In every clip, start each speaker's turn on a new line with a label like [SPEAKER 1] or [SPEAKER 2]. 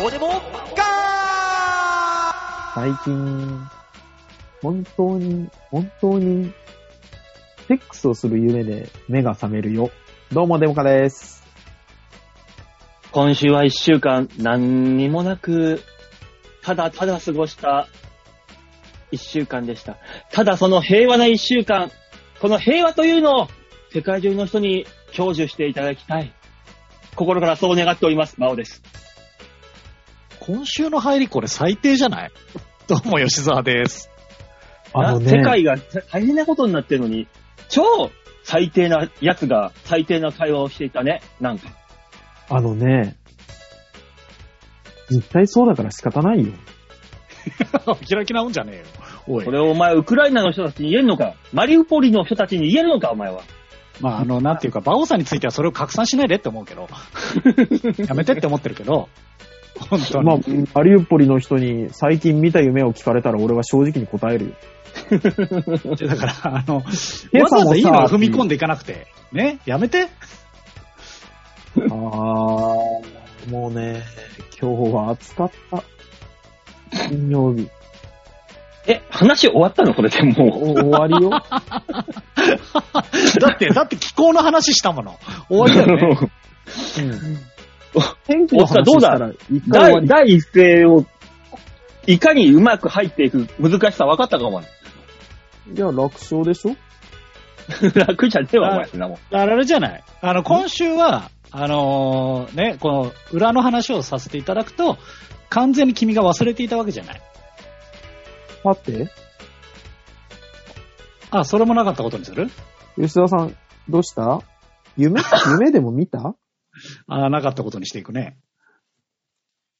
[SPEAKER 1] どうでもガー
[SPEAKER 2] 最近、本当に、本当に、セックスをする夢で目が覚めるよ。どうも、デモカです。
[SPEAKER 1] 今週は一週間何にもなく、ただただ過ごした一週間でした。ただその平和な一週間、この平和というのを世界中の人に享受していただきたい。心からそう願っております。真央です。
[SPEAKER 3] 今週の入りこれ最低じゃない どうも吉沢です。
[SPEAKER 2] あのね、
[SPEAKER 1] な世界が大変なことになってるのに、超最低な奴が最低な会話をしていたね。なんか。
[SPEAKER 2] あのね、絶対そうだから仕方ないよ。
[SPEAKER 3] 開き直んじゃねえよ。おい
[SPEAKER 1] こ。れをお前、ウクライナの人たちに言えるのかマリウポリの人たちに言えるのかお前は。
[SPEAKER 3] まあ、あの、なんていうか、馬王さんについてはそれを拡散しないでって思うけど。 やめてって思ってるけど。本当に。
[SPEAKER 2] まあ、アリウポリの人に最近見た夢を聞かれたら俺は正直に答え るよ。
[SPEAKER 3] だから、あの、わ
[SPEAKER 2] 今
[SPEAKER 3] ざわざいいの
[SPEAKER 2] も
[SPEAKER 3] は
[SPEAKER 2] さ
[SPEAKER 3] 踏み込んでいかなくて。ねやめて
[SPEAKER 2] あー、もうね、今日は暑かった。金曜日。
[SPEAKER 1] え、話終わったのこれでもう。
[SPEAKER 2] お終わりよ。
[SPEAKER 3] だ って、だって気候の話したもの。終 わりだよね。
[SPEAKER 2] 天気の話したら一回終わ
[SPEAKER 1] 第
[SPEAKER 2] り。
[SPEAKER 1] 第一声を、いかにうまく入っていく難しさ分かったか、お前。
[SPEAKER 2] じゃあ楽勝でしょ
[SPEAKER 1] 楽じゃねえわ、お
[SPEAKER 3] あ
[SPEAKER 1] 前。そんなもん。
[SPEAKER 3] あれじゃないあの、今週は、あのーね、この裏の話をさせていただくと、完全に君が忘れていたわけじゃない。
[SPEAKER 2] 待って、
[SPEAKER 3] あ、それもなかったことにする
[SPEAKER 2] 吉田さん、どうした夢 夢でも見た
[SPEAKER 3] あーなかったことにしていくね。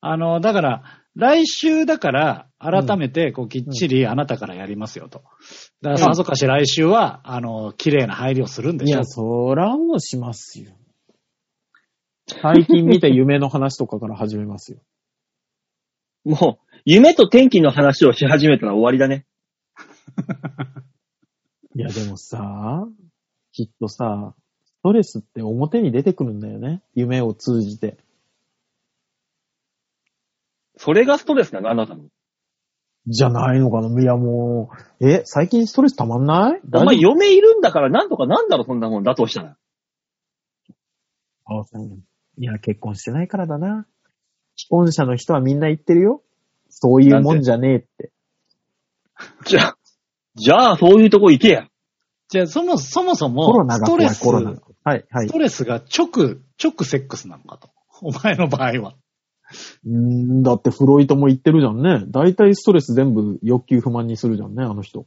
[SPEAKER 3] あの、だから、来週だから、改めて、こう、きっちりあなたからやりますよと。だから、さぞかし来週は、あの、綺麗な配慮をするんでしょ。
[SPEAKER 2] そらもうしますよ。最近見た夢の話とかから始めますよ。
[SPEAKER 1] もう、夢と天気の話をし始めたら終わりだね。
[SPEAKER 2] いや、でもさ、きっとさ、ストレスって表に出てくるんだよね。夢を通じて。
[SPEAKER 1] それがストレスなの、あなたの。
[SPEAKER 2] じゃないのかな。いや、もう、え、最近ストレスたまんない
[SPEAKER 1] お前、
[SPEAKER 2] 大丈
[SPEAKER 1] 嫁いるんだから、なんとかなんだろ、そんなもんだとしたら。
[SPEAKER 2] 夫あそういや、結婚してないからだな。既婚者の人はみんな言ってるよ。そういうもんじゃねえって。
[SPEAKER 1] じゃあ、じゃあ、そういうとこ行けや。
[SPEAKER 3] じゃあ、そもそもそも、
[SPEAKER 2] コロナ
[SPEAKER 3] ス
[SPEAKER 2] が
[SPEAKER 3] ト
[SPEAKER 2] 怖
[SPEAKER 3] レ
[SPEAKER 2] い、
[SPEAKER 3] ス、
[SPEAKER 2] コロナが。はい、はい
[SPEAKER 3] ス。トレスが直、直セックスなのかと。お前の場合は。
[SPEAKER 2] うーんだってフロイトも言ってるじゃんね。大体ストレス全部欲求不満にするじゃんね、あの人。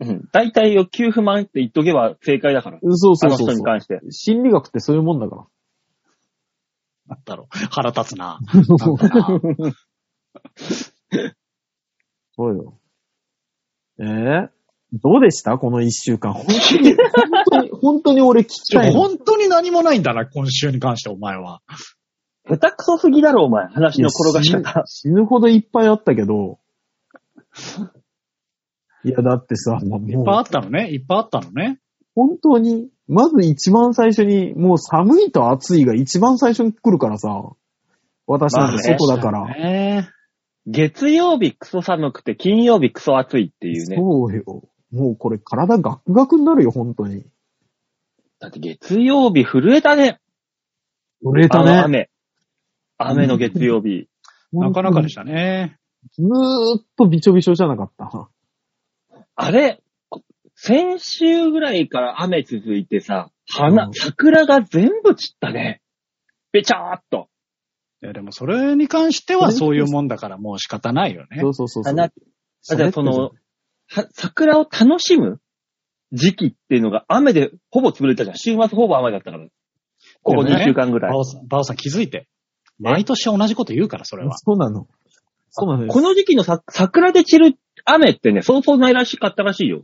[SPEAKER 1] うん。大体欲求不満って言っとけば正解だから。
[SPEAKER 2] そう
[SPEAKER 1] あ
[SPEAKER 2] そう
[SPEAKER 1] の
[SPEAKER 2] そ
[SPEAKER 1] 人
[SPEAKER 2] う
[SPEAKER 1] に
[SPEAKER 2] そう。
[SPEAKER 1] 関して。
[SPEAKER 2] 心理学ってそういうもんだか
[SPEAKER 3] なんだろう。腹立つ な。な
[SPEAKER 2] ら。
[SPEAKER 3] んだな。
[SPEAKER 2] そうよ。えーどうでしたこの一週間。本当に、本当に、本当に俺聞き
[SPEAKER 3] ちょ
[SPEAKER 2] たいの。
[SPEAKER 3] 本当に何もないんだな、今週に関して、お前は。
[SPEAKER 1] 下手くそすぎだろ、お前。話の転がし
[SPEAKER 2] いや
[SPEAKER 1] 方。
[SPEAKER 2] 死ぬ死ぬほどいっぱいあったけど。いや、だってさ、も
[SPEAKER 3] いっぱいあ
[SPEAKER 2] う、
[SPEAKER 3] ったのね。いっぱいあったのね。
[SPEAKER 2] 本当に、まず一番最初に、もう寒いと暑いが一番最初に来るからさ。私なんて外だから。
[SPEAKER 3] ね
[SPEAKER 1] 月曜日クソ寒くて、金曜日クソ暑いっていうね。
[SPEAKER 2] そうよ。もうこれ体ガクガクになるよ、本当に。
[SPEAKER 1] だって月曜日震えたね。
[SPEAKER 2] 売れ
[SPEAKER 1] あの。雨。雨の月曜日。
[SPEAKER 3] なかなかで
[SPEAKER 2] し
[SPEAKER 3] したね。
[SPEAKER 2] ずーっとびちょびちょじゃなかった。
[SPEAKER 1] あれこ先週ぐらいから雨続いてさ、
[SPEAKER 2] う
[SPEAKER 1] 花、
[SPEAKER 2] ん
[SPEAKER 1] 桜が全部散ったね。べちゃーっと。
[SPEAKER 3] いやでもそれに関してはそういうもんだからもう仕方ないよね
[SPEAKER 2] そ。うそうそうそう。
[SPEAKER 1] 花、あじゃあそ
[SPEAKER 2] 喋っ
[SPEAKER 1] の、は桜を楽しむ時期っていうのが雨でほぼ潰れたじゃん。週末ほぼ雨だったから。ここ
[SPEAKER 3] でも
[SPEAKER 1] 2
[SPEAKER 3] ね
[SPEAKER 1] 週間ぐらい
[SPEAKER 3] バ。オさん、バオさん気づいて。毎年同じこと言うから、そ
[SPEAKER 2] て
[SPEAKER 3] れ
[SPEAKER 2] る
[SPEAKER 3] は。
[SPEAKER 2] そうなの。そうなのよ
[SPEAKER 1] こ。の時期のさ桜で散る雨ってね、そうそうないらしかったらしいよ。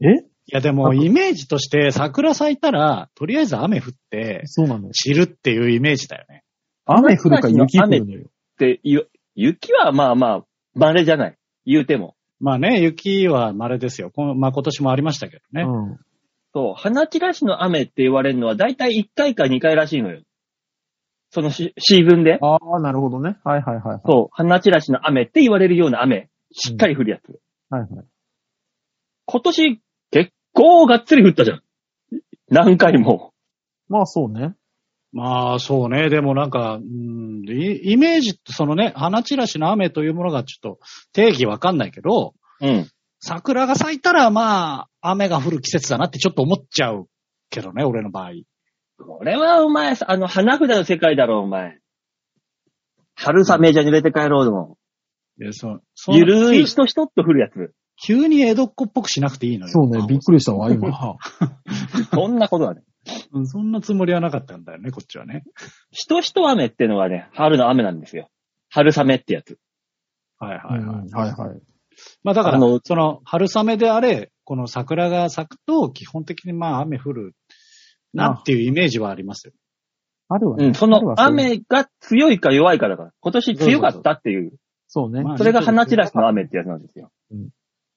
[SPEAKER 2] え
[SPEAKER 3] いやでもイメージとして桜咲いたら、とりあえず雨降って、
[SPEAKER 2] そうなのよ。
[SPEAKER 3] 散るっていうイメージだよね。
[SPEAKER 2] 雨降るか雪降るのよ。
[SPEAKER 1] って、ゆ雪はまあまあ、稀じゃない。言うても。
[SPEAKER 3] まあね、雪は稀ですよ。このまあ今年もありましたけどね。
[SPEAKER 2] うん。
[SPEAKER 1] そう、花散らしの雨って言われるのは、だいたい1回か2回らしいのよ。そのシシーズンで。
[SPEAKER 2] ああ、なるほどね。はいはいはいはい。
[SPEAKER 1] そう、花散らしの雨って言われるような雨。しっかり降るやつ。
[SPEAKER 2] はいはい。
[SPEAKER 1] 今年、結構がっつり降ったじゃん。何回も。
[SPEAKER 2] まあそうね。
[SPEAKER 3] まあ、そうね。でもなんか、うん、イイメージってそのね、花散らしの雨というものがちょっと定義わかんないけど、
[SPEAKER 1] うん。
[SPEAKER 3] 桜が咲いたらまあ、雨が降る季節だなってちょっと思っちゃうけどね、俺の場合。
[SPEAKER 1] これはお前、あの、花札の世界だろ、お前。春雨じゃ濡れて帰ろうの。
[SPEAKER 3] でそその
[SPEAKER 1] ゆるい、
[SPEAKER 3] 急
[SPEAKER 1] ひとひとっと降るやつ。
[SPEAKER 3] 急に江戸っ子っぽくしなくていいのよ。
[SPEAKER 2] そうね。びっくりしたわ、今。
[SPEAKER 1] そんなことだね。
[SPEAKER 3] うんそんなつもりはなかったんだよね、こっちはね。
[SPEAKER 1] ひとひと雨ってのはね、春の雨なんですよ。春雨ってやつ。
[SPEAKER 3] はいは
[SPEAKER 2] はいいは
[SPEAKER 3] はい。
[SPEAKER 2] いはい。
[SPEAKER 3] まあだから、
[SPEAKER 1] あの
[SPEAKER 3] その、春雨であれ、この桜が咲くと、基本的にまあ雨降るなっていうイメージはありますよ。
[SPEAKER 2] あるわね
[SPEAKER 1] うん、そ
[SPEAKER 2] ある
[SPEAKER 1] の
[SPEAKER 2] わそう
[SPEAKER 1] 雨が強いか弱いかだから。今年強かったっていう。
[SPEAKER 2] そうね。
[SPEAKER 3] まあ
[SPEAKER 1] それが花散らしの雨ってやつなんですよ。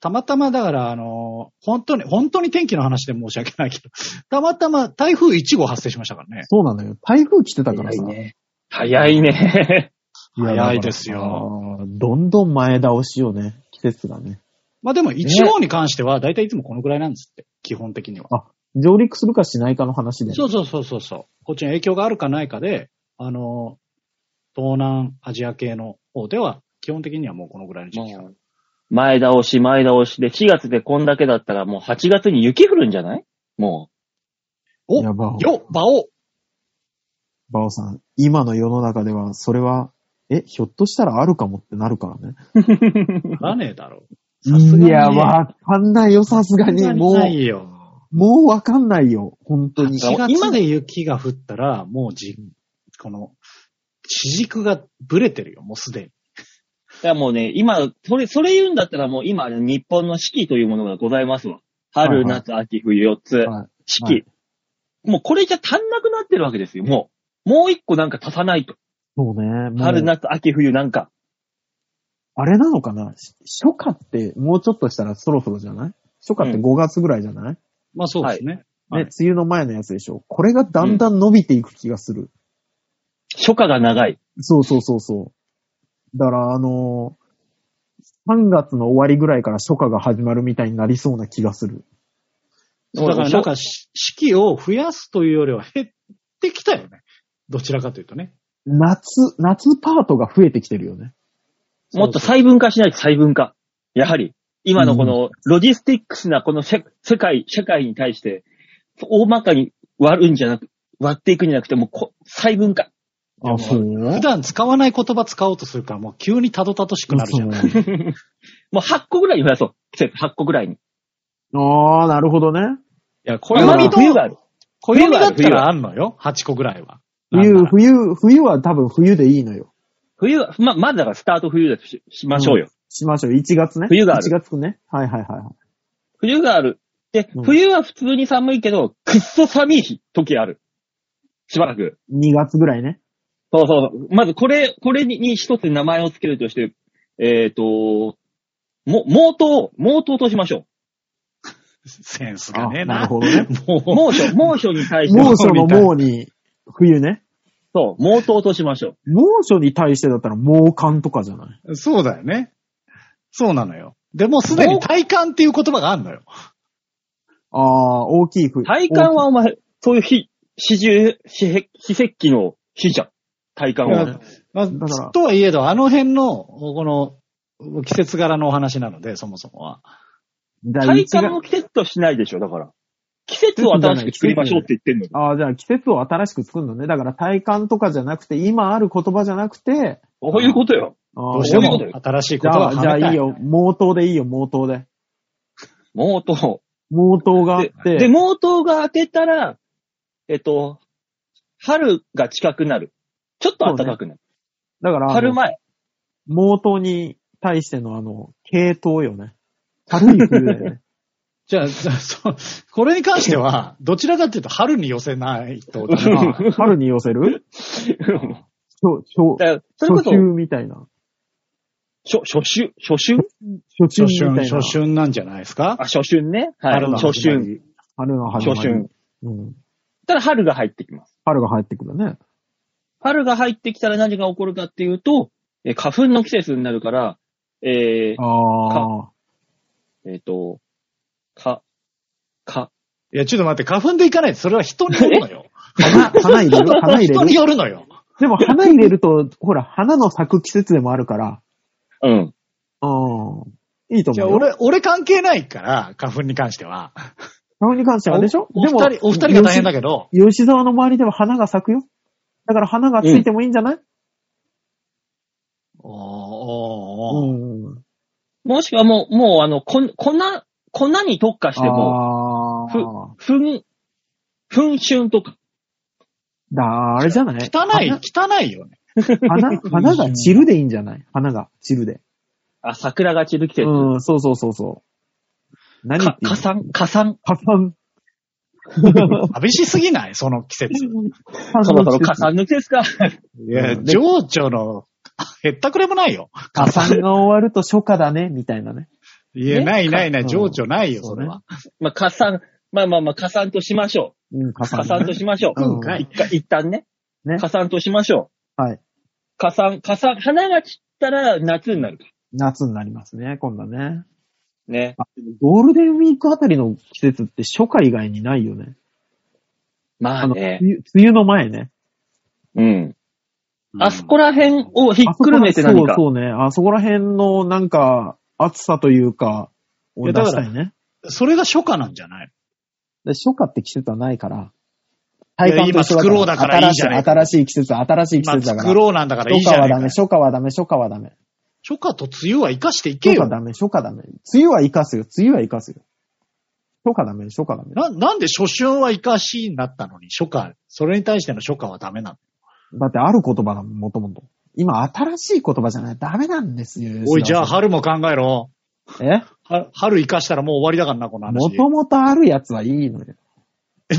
[SPEAKER 3] たまたまだから、あの、本当に、本当に天気の話で申し訳ないけど、たまたま台風1号発生しましたからね。
[SPEAKER 2] そうなのよ。台風来てたからさ。
[SPEAKER 1] ね。早 いね。
[SPEAKER 2] や
[SPEAKER 3] 早いですよ。。
[SPEAKER 2] だからあーどんどん前倒しよね。季節がね。
[SPEAKER 3] まあでも1号に関しては、だいたいいつもこのぐらいなんですって、基本的には。
[SPEAKER 2] 上陸するかしないかの話で。
[SPEAKER 3] そうそうそうそうそう。こっちに影響があるかないかで、あの、東南アジア系の方では、基本的にはもうこのぐらいの時期から。
[SPEAKER 1] 前倒し、前倒しで、4月でこんだけだったらもう8月に雪降るんじゃないも
[SPEAKER 3] お
[SPEAKER 2] やば。
[SPEAKER 3] よバオ
[SPEAKER 2] バオさん、今の世の中では、それは、え、ひょっとしたらあるかもってなるからね。
[SPEAKER 1] う。
[SPEAKER 3] ならねえだろ。
[SPEAKER 2] いや、わかんないよ、さすがに。も
[SPEAKER 3] な
[SPEAKER 2] う、
[SPEAKER 3] いよ。
[SPEAKER 2] もうわかんないよ、本当に。
[SPEAKER 1] 8
[SPEAKER 3] 4
[SPEAKER 1] 月
[SPEAKER 3] 月で雪が降ったら、もうじ、この、地軸がブレてるよ、もうすでに。
[SPEAKER 1] いやもうね、今、それ、それ言うんだったらもう今、日本の四季というものがございますわ。春、
[SPEAKER 2] はいはい
[SPEAKER 1] 夏、秋、冬4つ。
[SPEAKER 2] はい
[SPEAKER 1] 四
[SPEAKER 2] はい
[SPEAKER 1] 季。もうこれじゃ足んなくなってるわけですよ、もう。もう一個なんか足さないと。
[SPEAKER 2] そうね。もう
[SPEAKER 1] 春、夏、秋、冬なんか。
[SPEAKER 2] あれなのかなし初夏って、もうちょっとしたらそろそろじゃない初夏って
[SPEAKER 1] うん
[SPEAKER 2] 5月ぐらいじゃない、
[SPEAKER 3] まあそうですね。はい
[SPEAKER 2] ね、梅雨の前のやつでしょ。これがだんだん伸びていく気がする。
[SPEAKER 1] 初夏が長い。
[SPEAKER 2] そうそうそうそう。だから、あのー、3月の終わりぐらいから初夏が始まるみたいになりそうな気がする。
[SPEAKER 3] そうだからなんかし、四季を増やすというよりは減ってきたよね。どちらかというとね。
[SPEAKER 2] 夏、夏パートが増えてきてるよね。
[SPEAKER 1] もっと細分化しないと細分化。やはり、今のこのロジスティックスなこのせ世界、社会に対して、大まかに割るんじゃなく、割っていくんじゃなくて、もうこ細分化。
[SPEAKER 3] あそう普段使わない言葉使おうとするから、もう急にたどたどしくなるじゃん。
[SPEAKER 2] そう
[SPEAKER 1] もう8個ぐらいに増やそう。季節8個ぐらいに。い
[SPEAKER 2] ああ、なるほどね。
[SPEAKER 1] や、こ
[SPEAKER 3] れは
[SPEAKER 1] の冬がある。
[SPEAKER 3] 暦だった
[SPEAKER 1] 冬は
[SPEAKER 3] らあんのよ。8個ぐらいは。なん
[SPEAKER 2] 冬、
[SPEAKER 3] なら
[SPEAKER 2] 冬、冬は多分冬でいいのよ。
[SPEAKER 1] 冬は、ま、まずだからスタート冬だとししましょうよ。
[SPEAKER 2] しましょう。1月ね。
[SPEAKER 1] 冬がある
[SPEAKER 2] 1月ね。はいはいはいはい。
[SPEAKER 1] 冬がある。で
[SPEAKER 2] う、ん
[SPEAKER 1] 冬は普通に寒いけど、くっそ寒い日、時ある。しばらく。
[SPEAKER 2] 2月ぐらいね。
[SPEAKER 1] そうそうそう。まずこれ、これにに一つ名前をつけるとして、えっ、と、も、猛冬、猛冬としましょ
[SPEAKER 3] センスがねえ
[SPEAKER 2] あ
[SPEAKER 3] な。
[SPEAKER 2] なるほどね。
[SPEAKER 1] う。
[SPEAKER 3] も、
[SPEAKER 1] 猛暑、猛暑に対して、
[SPEAKER 2] 猛暑の猛に、冬ね。
[SPEAKER 1] そう、猛冬としましょう。
[SPEAKER 2] 猛暑に対してだったら猛寒とかじゃないう
[SPEAKER 3] そうだよね。そうなのよ。でもうすでに体感っていう言葉があんのよ。
[SPEAKER 2] ああ、大きい冬。
[SPEAKER 1] 体感はお前、そういう日、四十、四壁四石器の日じゃん。体感
[SPEAKER 3] いや
[SPEAKER 1] は。
[SPEAKER 3] まあ、
[SPEAKER 2] だから
[SPEAKER 3] とはいえど、あの辺の、この、季節柄のお話なので、そもそもは。
[SPEAKER 2] 大
[SPEAKER 1] 体
[SPEAKER 2] 体
[SPEAKER 1] 感を季節としないでしょ、だから。季節を新しく作りましょうって言ってんのよ。
[SPEAKER 2] ああ、じゃあ季節を新しく作るのね。だから体感とかじゃなくて、今ある言葉じゃなくて、
[SPEAKER 1] そういうことよ。
[SPEAKER 2] ああ
[SPEAKER 3] どうして
[SPEAKER 1] そういう
[SPEAKER 3] も
[SPEAKER 1] ことよ
[SPEAKER 3] 新しい
[SPEAKER 2] じ
[SPEAKER 3] 言葉
[SPEAKER 2] ゃ
[SPEAKER 3] は
[SPEAKER 2] あ、
[SPEAKER 3] は
[SPEAKER 2] じゃあ
[SPEAKER 3] めたい。
[SPEAKER 2] いいよ。猛冬でいいよ、猛冬で。
[SPEAKER 1] 猛冬。
[SPEAKER 2] 猛冬があって。
[SPEAKER 1] で、で猛冬が明けたら、えっと、春が近くなる。ちょっと暖かくなる。
[SPEAKER 2] だから、あ
[SPEAKER 1] 春
[SPEAKER 2] の
[SPEAKER 1] 前。
[SPEAKER 2] 猛冬に対してのあの、系統よね。軽い冬だよ ね。
[SPEAKER 3] じゃあ、じゃあそう、これに関しては、どちらかというと春に寄せないと。
[SPEAKER 2] ああ春に寄せる 初、
[SPEAKER 1] だ
[SPEAKER 2] 初、
[SPEAKER 1] からそれこ
[SPEAKER 2] 初
[SPEAKER 1] そ、
[SPEAKER 2] 秋みたいな。
[SPEAKER 1] 初、初秋初秋
[SPEAKER 3] 初
[SPEAKER 2] 初秋みたい
[SPEAKER 3] 春、
[SPEAKER 2] な。
[SPEAKER 3] 初春なんじゃないですか
[SPEAKER 1] あ、初春ね。はい。
[SPEAKER 3] 春の
[SPEAKER 1] 初
[SPEAKER 3] 始ま
[SPEAKER 1] 春。
[SPEAKER 3] り。
[SPEAKER 2] 春の始ま
[SPEAKER 1] 初
[SPEAKER 2] り。
[SPEAKER 1] 春。
[SPEAKER 2] うん。
[SPEAKER 1] ただ春が入ってきます。
[SPEAKER 2] 春が入ってくるね。
[SPEAKER 1] 春が入ってきたら何が起こるかっていうと、えー花粉の季節になるから、えー
[SPEAKER 2] ああ。
[SPEAKER 1] えっ、と、か、か、
[SPEAKER 3] いや、ちょっと待って、花粉でいかないと、それは人によるのよ。
[SPEAKER 2] 花、花入れ る花入れ
[SPEAKER 3] 人に
[SPEAKER 2] る
[SPEAKER 3] よるのよ。
[SPEAKER 2] でも花入れると、ほら、花の咲く季節でもあるから、
[SPEAKER 1] うん。
[SPEAKER 2] うん。いいと
[SPEAKER 3] じゃあ、
[SPEAKER 2] 思うよ。
[SPEAKER 3] 俺、俺関係ないから、花粉に関しては。
[SPEAKER 2] 花に関してはあれでしょ
[SPEAKER 3] おお二人、お二人が大変だけど、
[SPEAKER 2] 吉吉沢の周りでは花が咲くよ。だから花がついてもいいんじゃない、
[SPEAKER 3] おーおーおー
[SPEAKER 2] うん、
[SPEAKER 1] もしくはもう、もうあの、こん、粉、粉に特化しても、
[SPEAKER 2] あ
[SPEAKER 1] ふ
[SPEAKER 2] あ。
[SPEAKER 1] ふん、ふんしゅんとか。
[SPEAKER 2] だ、あれじゃない
[SPEAKER 3] 汚い、汚いよね。
[SPEAKER 2] 花、 花が散るでいいんじゃない花が散るで。
[SPEAKER 1] あ、桜が散る季節。
[SPEAKER 2] うん、そうそうそうそう。何
[SPEAKER 1] か
[SPEAKER 2] っ、て言
[SPEAKER 1] か
[SPEAKER 2] う
[SPEAKER 1] さん、かさん。
[SPEAKER 2] 加算。
[SPEAKER 3] 寂しすぎないその季節。
[SPEAKER 2] 加
[SPEAKER 1] そろそろかさんの季節か。
[SPEAKER 3] いや、情緒の、へったくれもないよ。
[SPEAKER 2] 加算が終わると初夏だね、 みたいなね。
[SPEAKER 3] いや、
[SPEAKER 1] ね
[SPEAKER 3] ないないな
[SPEAKER 2] う
[SPEAKER 3] い、
[SPEAKER 2] ん
[SPEAKER 3] 情緒ないよ、
[SPEAKER 2] そ
[SPEAKER 3] そうれ
[SPEAKER 2] ね
[SPEAKER 3] は。
[SPEAKER 1] まあ、かさん、まあまあまあ、かさんとしましょ
[SPEAKER 2] うん、加
[SPEAKER 1] う。
[SPEAKER 2] 算
[SPEAKER 1] かさんとしましょう。
[SPEAKER 2] うん
[SPEAKER 3] はい
[SPEAKER 1] 一回一旦ね。
[SPEAKER 2] ね
[SPEAKER 1] かさんとしましょう。
[SPEAKER 2] はい。
[SPEAKER 1] かさん、かさん、花が散ったら夏になるか。
[SPEAKER 2] 夏になりますね、今度ね。
[SPEAKER 1] ね。
[SPEAKER 2] ゴールデンウィークあたりの季節って初夏以外にないよね。
[SPEAKER 1] まあ
[SPEAKER 2] の、
[SPEAKER 1] ね
[SPEAKER 2] 梅。雨梅雨の前ね。
[SPEAKER 1] うん。あそこら辺をひっくるめて何
[SPEAKER 2] あそ。こら
[SPEAKER 1] か
[SPEAKER 2] そうそうね。あそこら辺のなんか、暑さというか、を
[SPEAKER 3] や
[SPEAKER 2] 出
[SPEAKER 3] だか
[SPEAKER 2] した
[SPEAKER 3] ら
[SPEAKER 2] いね。
[SPEAKER 3] それが初夏なんじゃない
[SPEAKER 2] で初夏って季節はないから。
[SPEAKER 3] いや今
[SPEAKER 2] 一緒
[SPEAKER 3] 作ろうだからいいじゃない
[SPEAKER 2] 新しい新しい季節、新しい季
[SPEAKER 3] 今
[SPEAKER 2] 節だから。
[SPEAKER 3] 作ろうなんだからいいじ
[SPEAKER 2] 初夏
[SPEAKER 3] ゃな
[SPEAKER 2] はいダ
[SPEAKER 3] か
[SPEAKER 2] メ、初夏はダメ、初夏はダメ。
[SPEAKER 3] 初夏と梅雨は生かしていけ
[SPEAKER 2] 初夏
[SPEAKER 3] よ。
[SPEAKER 2] ダメ、初夏ダメ。梅雨は生かすよ、梅雨は生かすよ。初夏ダメ、初夏ダメ。
[SPEAKER 3] な、なんで初春は生かしになったのに、初夏、それに対しての初夏はダメなの
[SPEAKER 2] だってある言葉だもん、もともと。今、新しい言葉じゃない、ダメなんですよ。
[SPEAKER 3] おい、じゃあ
[SPEAKER 2] は、
[SPEAKER 3] 春も考えろ。
[SPEAKER 2] え
[SPEAKER 3] は春生かしたらもう終わりだからな、この話。
[SPEAKER 2] もともとあるやつはいいのよ。
[SPEAKER 3] い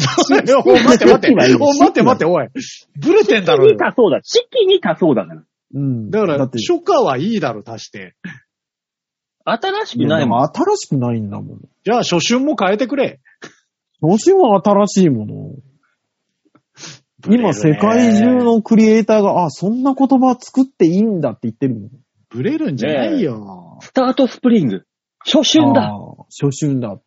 [SPEAKER 3] やおい待って待って
[SPEAKER 2] 四季はいい。
[SPEAKER 3] おい待って待って、おい。ぶれてんだろうよ。
[SPEAKER 1] に足そうだ。四季に足そうだから。
[SPEAKER 2] うん。
[SPEAKER 3] だから、
[SPEAKER 2] って、
[SPEAKER 3] 初夏はいいだろ、足して。
[SPEAKER 1] 新し
[SPEAKER 2] い
[SPEAKER 1] く
[SPEAKER 2] や
[SPEAKER 1] ない
[SPEAKER 2] で
[SPEAKER 1] もん。
[SPEAKER 2] も新しくないんだもん。
[SPEAKER 3] じゃあ、初春も変えてくれ。
[SPEAKER 2] 年も新しいもの。今、世界中。のクリエイターが、あ、そんな言葉作っていいんだって言ってるもん。
[SPEAKER 3] ぶれるんじゃないよ。
[SPEAKER 1] スタートスプリング。初春だ。
[SPEAKER 2] あー初春だって。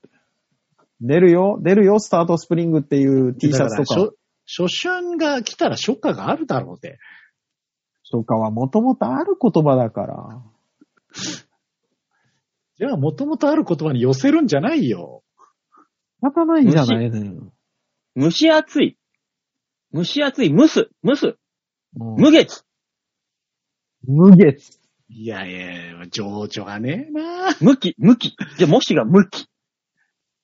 [SPEAKER 2] 出るよ、出るよ、スタートスプリングっていう T シャツと
[SPEAKER 3] だ
[SPEAKER 2] か。
[SPEAKER 3] ら。初初春が来たら初夏があるだろうって。
[SPEAKER 2] とかはもともとある言葉だから。
[SPEAKER 3] じゃあ、もともとある言葉に寄せるんじゃないよ。
[SPEAKER 2] 仕方ないじゃないのよ。
[SPEAKER 1] 蒸し暑い。蒸し暑い。蒸す。蒸す。
[SPEAKER 2] もう
[SPEAKER 1] 無月。
[SPEAKER 2] 無月。
[SPEAKER 3] いやいや、情緒がねえな。い
[SPEAKER 1] 無期。無期。じゃあ、もしが無期。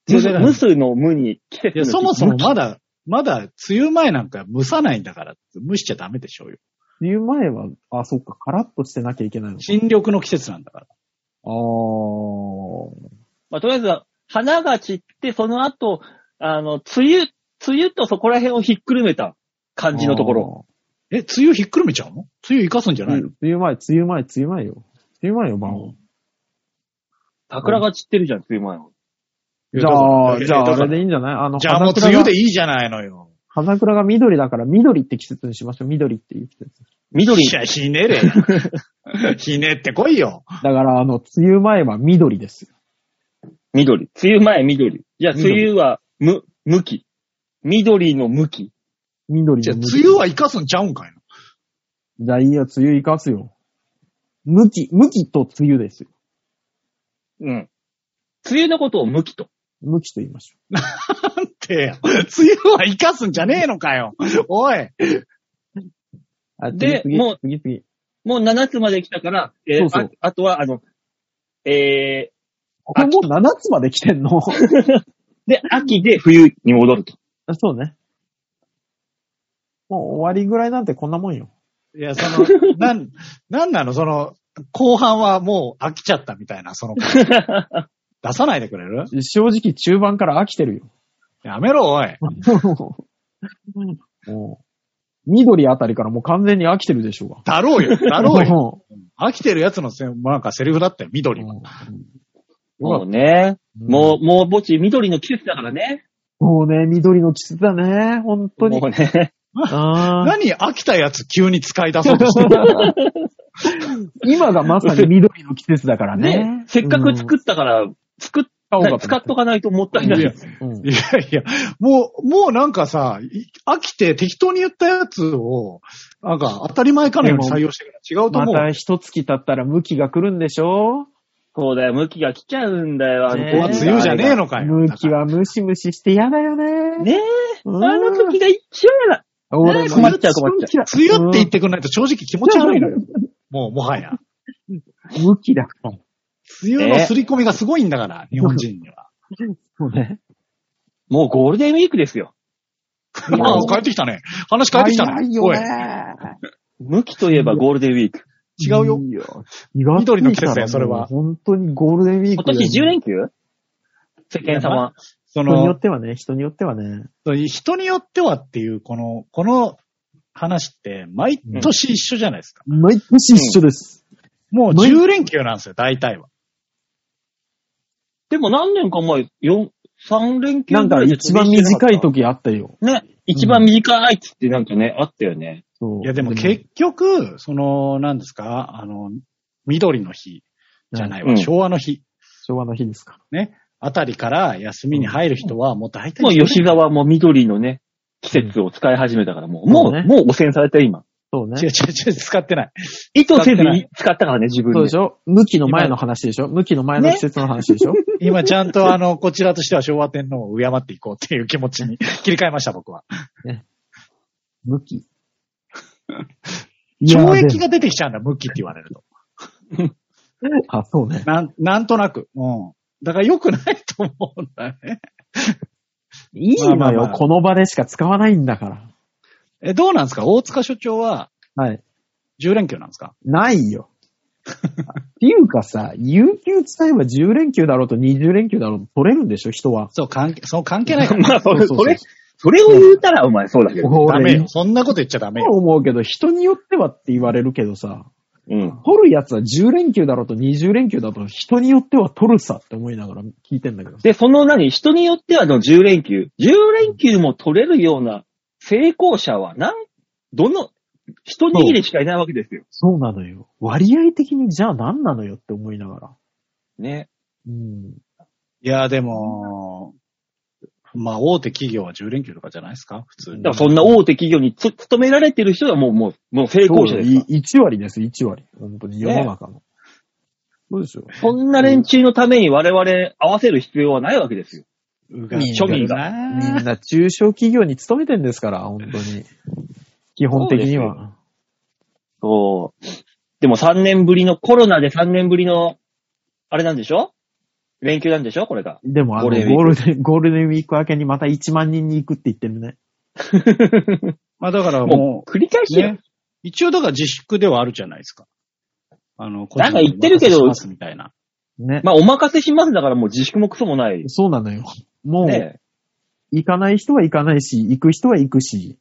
[SPEAKER 3] そ
[SPEAKER 1] 無
[SPEAKER 3] うだ
[SPEAKER 1] す
[SPEAKER 3] から
[SPEAKER 1] 無すの無に季節の
[SPEAKER 3] や、
[SPEAKER 1] 季
[SPEAKER 3] そもそもまだ、まだ、梅雨前なんか蒸さないんだから、蒸しちゃダメでしょうよ。
[SPEAKER 2] 言う前は、あ、そっか、カラッとしてなきゃいけないのか。
[SPEAKER 3] 新緑の季節なんだから。
[SPEAKER 2] あー。
[SPEAKER 1] まあ、とりあえず、花が散って、その後、あの、梅雨、梅雨とそこら辺をひっくるめた感じのところ。
[SPEAKER 3] え、梅雨ひっくるめちゃうの梅雨生かすんじ
[SPEAKER 2] あ
[SPEAKER 3] ゃ
[SPEAKER 2] ー。
[SPEAKER 3] ない
[SPEAKER 2] 梅
[SPEAKER 3] の、
[SPEAKER 2] 雨前、梅雨前、梅雨前よ。梅雨前よ、晩は。
[SPEAKER 1] 桜が散ってるじゃん、梅雨前は。
[SPEAKER 2] じゃあ、じゃあ、あれ
[SPEAKER 3] で。
[SPEAKER 2] でいいんじゃないあの、
[SPEAKER 3] じゃあもう
[SPEAKER 2] 花
[SPEAKER 3] 梅
[SPEAKER 2] が
[SPEAKER 3] 雨でいいじゃないのよ。
[SPEAKER 2] 花倉が緑だから、緑って季節にしましょう。緑っていう季節。
[SPEAKER 1] 緑
[SPEAKER 3] い、や、ひね れよ。ひねってこいよ。
[SPEAKER 2] だから、あの、梅雨前は緑ですよ。
[SPEAKER 1] 緑。梅雨前、緑。じゃあ、梅雨は、無、無期。緑の無期。
[SPEAKER 2] 緑
[SPEAKER 3] じゃあ、
[SPEAKER 2] の
[SPEAKER 3] 梅
[SPEAKER 2] 無
[SPEAKER 3] 雨は生かすんちゃうんかい
[SPEAKER 2] じゃあいいよ、梅雨生かすよ。無期、無期と梅雨ですよ。
[SPEAKER 1] うん。梅雨のことを無期と。
[SPEAKER 2] 無期と言いましょ
[SPEAKER 3] な。ってよ、梅雨は生かすんじゃねえのかよ。おい。
[SPEAKER 2] う。あ
[SPEAKER 1] で
[SPEAKER 2] 次次
[SPEAKER 1] もう
[SPEAKER 2] 次次。
[SPEAKER 1] もう7つまで来たから、えー
[SPEAKER 2] そうそう
[SPEAKER 1] ああとは、あの、え
[SPEAKER 2] これもう7つまで来てんの
[SPEAKER 1] ー、で、秋で冬に戻ると。
[SPEAKER 2] あそうね。もう終わりぐらいなんてこんなもんよ。
[SPEAKER 3] いや、そ の、なん、なんなのその、後半はもう飽きちゃったみたいな、その感 じ出さないでくれる
[SPEAKER 2] 正直中盤から飽きてる よ。
[SPEAKER 3] やめろ、おい。
[SPEAKER 2] もう、緑あたりからもう完全に飽きてるでしょうが。
[SPEAKER 3] だろうよ、だろうよ。
[SPEAKER 2] よ。
[SPEAKER 3] 飽きてるやつのせ、なんかセリフだったよ、緑は。
[SPEAKER 1] もうね、もう、もう墓地緑の季節だからね。
[SPEAKER 2] もうね、緑の季節だね、本当に
[SPEAKER 1] も。うね。
[SPEAKER 2] あー
[SPEAKER 3] 何飽きたやつ急に使い出そうとしてる。
[SPEAKER 2] 今がまさに緑の季節だから ね。
[SPEAKER 1] ねせっかく作ったから、作っ
[SPEAKER 2] うん
[SPEAKER 1] た、使っとかないともったいないい
[SPEAKER 3] や
[SPEAKER 1] です。
[SPEAKER 2] うん
[SPEAKER 3] いやいや、もう、もうなんかさ、い飽きて適当に言ったやつを、なんか当たり前かのように採用してるから違うと
[SPEAKER 2] ま
[SPEAKER 3] 思う。
[SPEAKER 2] た一月経ったら向きが来るんでしょ
[SPEAKER 1] そうだよ、向きが来ちゃうんだよ、あの
[SPEAKER 2] ね
[SPEAKER 3] ここは梅雨じゃねえのかよ。
[SPEAKER 2] 向きはムシムシして嫌だよね。
[SPEAKER 1] ねえ、
[SPEAKER 2] う
[SPEAKER 1] あ
[SPEAKER 2] ん
[SPEAKER 1] の時が一番や
[SPEAKER 2] 俺
[SPEAKER 1] 困っちゃう困っち
[SPEAKER 2] ゃ
[SPEAKER 3] 梅雨って言ってくんないと正直気持ち悪いのよ。もう、もはや。
[SPEAKER 2] う。向きだ。
[SPEAKER 3] 梅雨の刷り込みがすごいんだから、日本人に は。
[SPEAKER 2] そうね。
[SPEAKER 1] もうゴールデンウィークですよ。
[SPEAKER 2] うん
[SPEAKER 3] ああ、帰ってきたね。話変えてきた
[SPEAKER 2] 早
[SPEAKER 3] ね。
[SPEAKER 2] いよ
[SPEAKER 3] おい
[SPEAKER 2] ね。
[SPEAKER 1] 向きといえばゴールデンウィーク。
[SPEAKER 3] 違うよ。
[SPEAKER 2] いい2月
[SPEAKER 3] 緑の季節だよそれは
[SPEAKER 2] もう本当にゴールデンウィー
[SPEAKER 1] 今
[SPEAKER 2] クだよ。
[SPEAKER 1] 年10連休世間様。
[SPEAKER 3] そ
[SPEAKER 2] 人によ
[SPEAKER 3] の
[SPEAKER 2] っ、てはね、人によってはね。
[SPEAKER 3] 人によってはっていう、この、この話って、毎年一緒じゃないですか。
[SPEAKER 2] 毎年一緒です。
[SPEAKER 3] もう10連休なんですよ、大体は。
[SPEAKER 1] でも何年か前、4、3連休
[SPEAKER 2] なんか一番短い。時あったよ。
[SPEAKER 1] ね、一番短いっつってなんかね、あったよね。
[SPEAKER 2] そう
[SPEAKER 3] いや、でも結局、その、何ですか、あの、緑の日じゃないわ、
[SPEAKER 1] うん
[SPEAKER 3] 昭和の日
[SPEAKER 2] 昭和の日ですか。
[SPEAKER 3] あたりから休みに入る人は、もう大体、
[SPEAKER 1] もう吉沢も緑のね、季節を使い始めたから、もう、も
[SPEAKER 2] そう
[SPEAKER 1] う、
[SPEAKER 2] ね
[SPEAKER 1] もう汚染された今。
[SPEAKER 2] そう
[SPEAKER 3] 違う違う
[SPEAKER 2] ね。
[SPEAKER 3] 違う、使ってない。
[SPEAKER 1] 意図せ
[SPEAKER 3] 使って
[SPEAKER 1] ず
[SPEAKER 3] ない
[SPEAKER 1] に使ったからね、自分
[SPEAKER 2] そう
[SPEAKER 1] で
[SPEAKER 2] でし。ょ向きの前の話でしょ向きの前の季節の話でしょ
[SPEAKER 3] 今ちゃんとあの、こちらとしては昭和天皇を敬っていこうっていう気持ち に切り替えました、僕は。
[SPEAKER 2] 向き。
[SPEAKER 3] 懲役
[SPEAKER 2] が。
[SPEAKER 3] が出てきちゃうんだ、無期って言われると。
[SPEAKER 2] あ、そうね。
[SPEAKER 3] なん、なんとなく。うん。だから良くないと思うんだね。
[SPEAKER 2] いい
[SPEAKER 3] ま
[SPEAKER 2] の
[SPEAKER 3] あまあ
[SPEAKER 2] よ。
[SPEAKER 3] まあ
[SPEAKER 2] この場でしか使わないんだから。
[SPEAKER 3] え、どうなんですか大塚所長は
[SPEAKER 2] はい。
[SPEAKER 3] 10連休なんですか
[SPEAKER 2] ないよ。 っていうかさ、有給使えば10連休だろうと20連休だろうと取れるんでしょ人は。
[SPEAKER 3] そう、関係、そう関係ないから。
[SPEAKER 1] まあ、それ、
[SPEAKER 2] そうそ
[SPEAKER 1] そ
[SPEAKER 2] うそう
[SPEAKER 1] れ、それを言うたら、お前そうだけど。
[SPEAKER 3] ダメ
[SPEAKER 2] 俺
[SPEAKER 3] よ。、そんなこと言っちゃダメ
[SPEAKER 2] 今
[SPEAKER 3] よ。
[SPEAKER 2] 思うけど、人によってはって言われるけどさ、
[SPEAKER 1] うん。
[SPEAKER 2] 取るやつは10連休だろうと20連休だと人によっては取るさって思いながら聞いてんだけど。
[SPEAKER 1] で、その何、人によってはの10連休、10連休も取れるような成功者は何、どの、一握りしかいないわけですよ。
[SPEAKER 2] そうなのよ。割合的にじゃあ何なのよって思いながら。
[SPEAKER 1] ね。
[SPEAKER 2] うん。
[SPEAKER 3] いや、でも、まあ、大手企業は10連休とかじゃないですか普通
[SPEAKER 1] だ
[SPEAKER 3] に
[SPEAKER 1] か。らそんな大手企業につ勤められてる人はもう、もう、もう成功者ですから。
[SPEAKER 2] 1割です、1割。本当に世の中の。そうでしょう。
[SPEAKER 1] そんな連中のために我々合わせる必要はないわけですよ。
[SPEAKER 3] う
[SPEAKER 2] みんな
[SPEAKER 3] 庶民が。
[SPEAKER 2] みんな中小企業に勤めてんですから、本当に。基本的には。
[SPEAKER 1] そう。でも3年ぶりの、コロナで3年ぶりの、あれなんでしょ連休なんでしょこれが。
[SPEAKER 2] でも、あの、
[SPEAKER 1] ゴールデンウ
[SPEAKER 2] ゴー
[SPEAKER 1] ィーク
[SPEAKER 2] ルデン、ゴールデンウィーク明けにまた1万人に行くって言ってるね。
[SPEAKER 3] まあ、だからもう
[SPEAKER 1] も、う、繰り返しよ、
[SPEAKER 3] ね、一応だから自粛ではあるじゃないですか。あの、
[SPEAKER 1] なんか言ってるけ
[SPEAKER 3] 個人で
[SPEAKER 1] ど
[SPEAKER 3] お任せしますみたいな。
[SPEAKER 2] ね。
[SPEAKER 1] まあ、お任せしますだからもう自粛もクソもない。
[SPEAKER 2] そうなのよ。もう、
[SPEAKER 1] ね。
[SPEAKER 2] 行かない人は行かないし、行く人は行くし、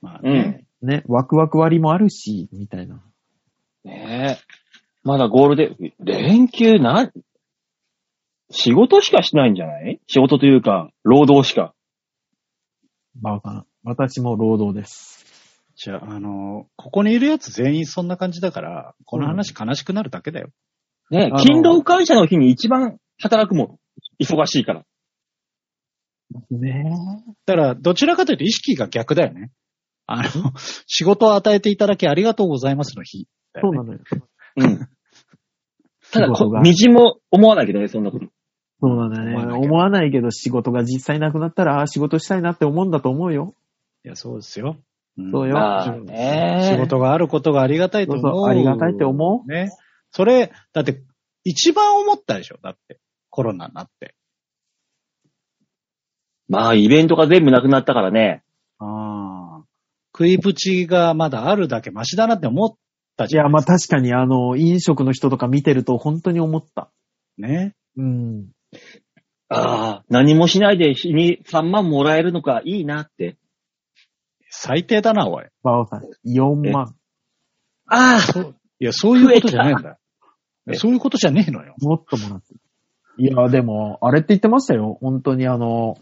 [SPEAKER 3] まあ
[SPEAKER 1] う
[SPEAKER 3] ね
[SPEAKER 1] ん。
[SPEAKER 2] ね、ワクワク割もあるし、みたいな。
[SPEAKER 1] ねえ。まだゴールデン、連休なん、仕事しかしないんじゃない仕事というか、労働しか。
[SPEAKER 2] バカな。私も労働です。
[SPEAKER 3] じゃあ、あの、ここにいるやつ全員そんな感じだから、この話悲しくなるだけだよ。
[SPEAKER 1] ね
[SPEAKER 2] あの
[SPEAKER 1] え、勤労感謝の日に一番働くもん。忙しいから。
[SPEAKER 2] ね
[SPEAKER 3] だから、どちらかというと意識が逆だよね。あの、仕事を与えていただきありがとうございますの日だ
[SPEAKER 2] そ
[SPEAKER 3] よ
[SPEAKER 2] う
[SPEAKER 3] ね、
[SPEAKER 2] なのよ。
[SPEAKER 1] うん。ただ
[SPEAKER 2] 仕事
[SPEAKER 1] こ
[SPEAKER 2] が、
[SPEAKER 1] みじも思わないけどね、そんなこと。
[SPEAKER 2] そうなのよ
[SPEAKER 3] 思わない
[SPEAKER 2] ね。
[SPEAKER 3] けど
[SPEAKER 2] 思わないけど仕事が実際なくなったら、ああ、仕事したいなって思うんだと思うよ。
[SPEAKER 3] いや、そうですよ。ん
[SPEAKER 2] そうよ
[SPEAKER 1] まあ
[SPEAKER 3] そう
[SPEAKER 1] ね
[SPEAKER 3] 仕事があることがありがたいと思う。
[SPEAKER 2] そうそうありがたいって思
[SPEAKER 3] う。ね。それ、だって、一番思ったでしょだって、コロナになって。
[SPEAKER 1] まあ、イベントが全部なくなったからね。
[SPEAKER 3] ああ。食いぶちがまだあるだけマシだなって思った
[SPEAKER 2] い
[SPEAKER 3] じゃ
[SPEAKER 2] や、
[SPEAKER 3] ん。
[SPEAKER 2] まあ確かにあの、飲食の人とか見てると本当に思った。
[SPEAKER 3] ね。
[SPEAKER 2] うん。
[SPEAKER 1] ああ、何もしないで日に3万もらえるのかいいなって。
[SPEAKER 3] 最低だな、おい。
[SPEAKER 2] バオさん、4万。
[SPEAKER 1] ああ、
[SPEAKER 3] そういや、そういうことじゃないんだよ。
[SPEAKER 1] えた
[SPEAKER 3] そういうことじゃねえのよ。
[SPEAKER 2] もっともらってる。いや、でも、あれって言ってましたよ。本当にあの、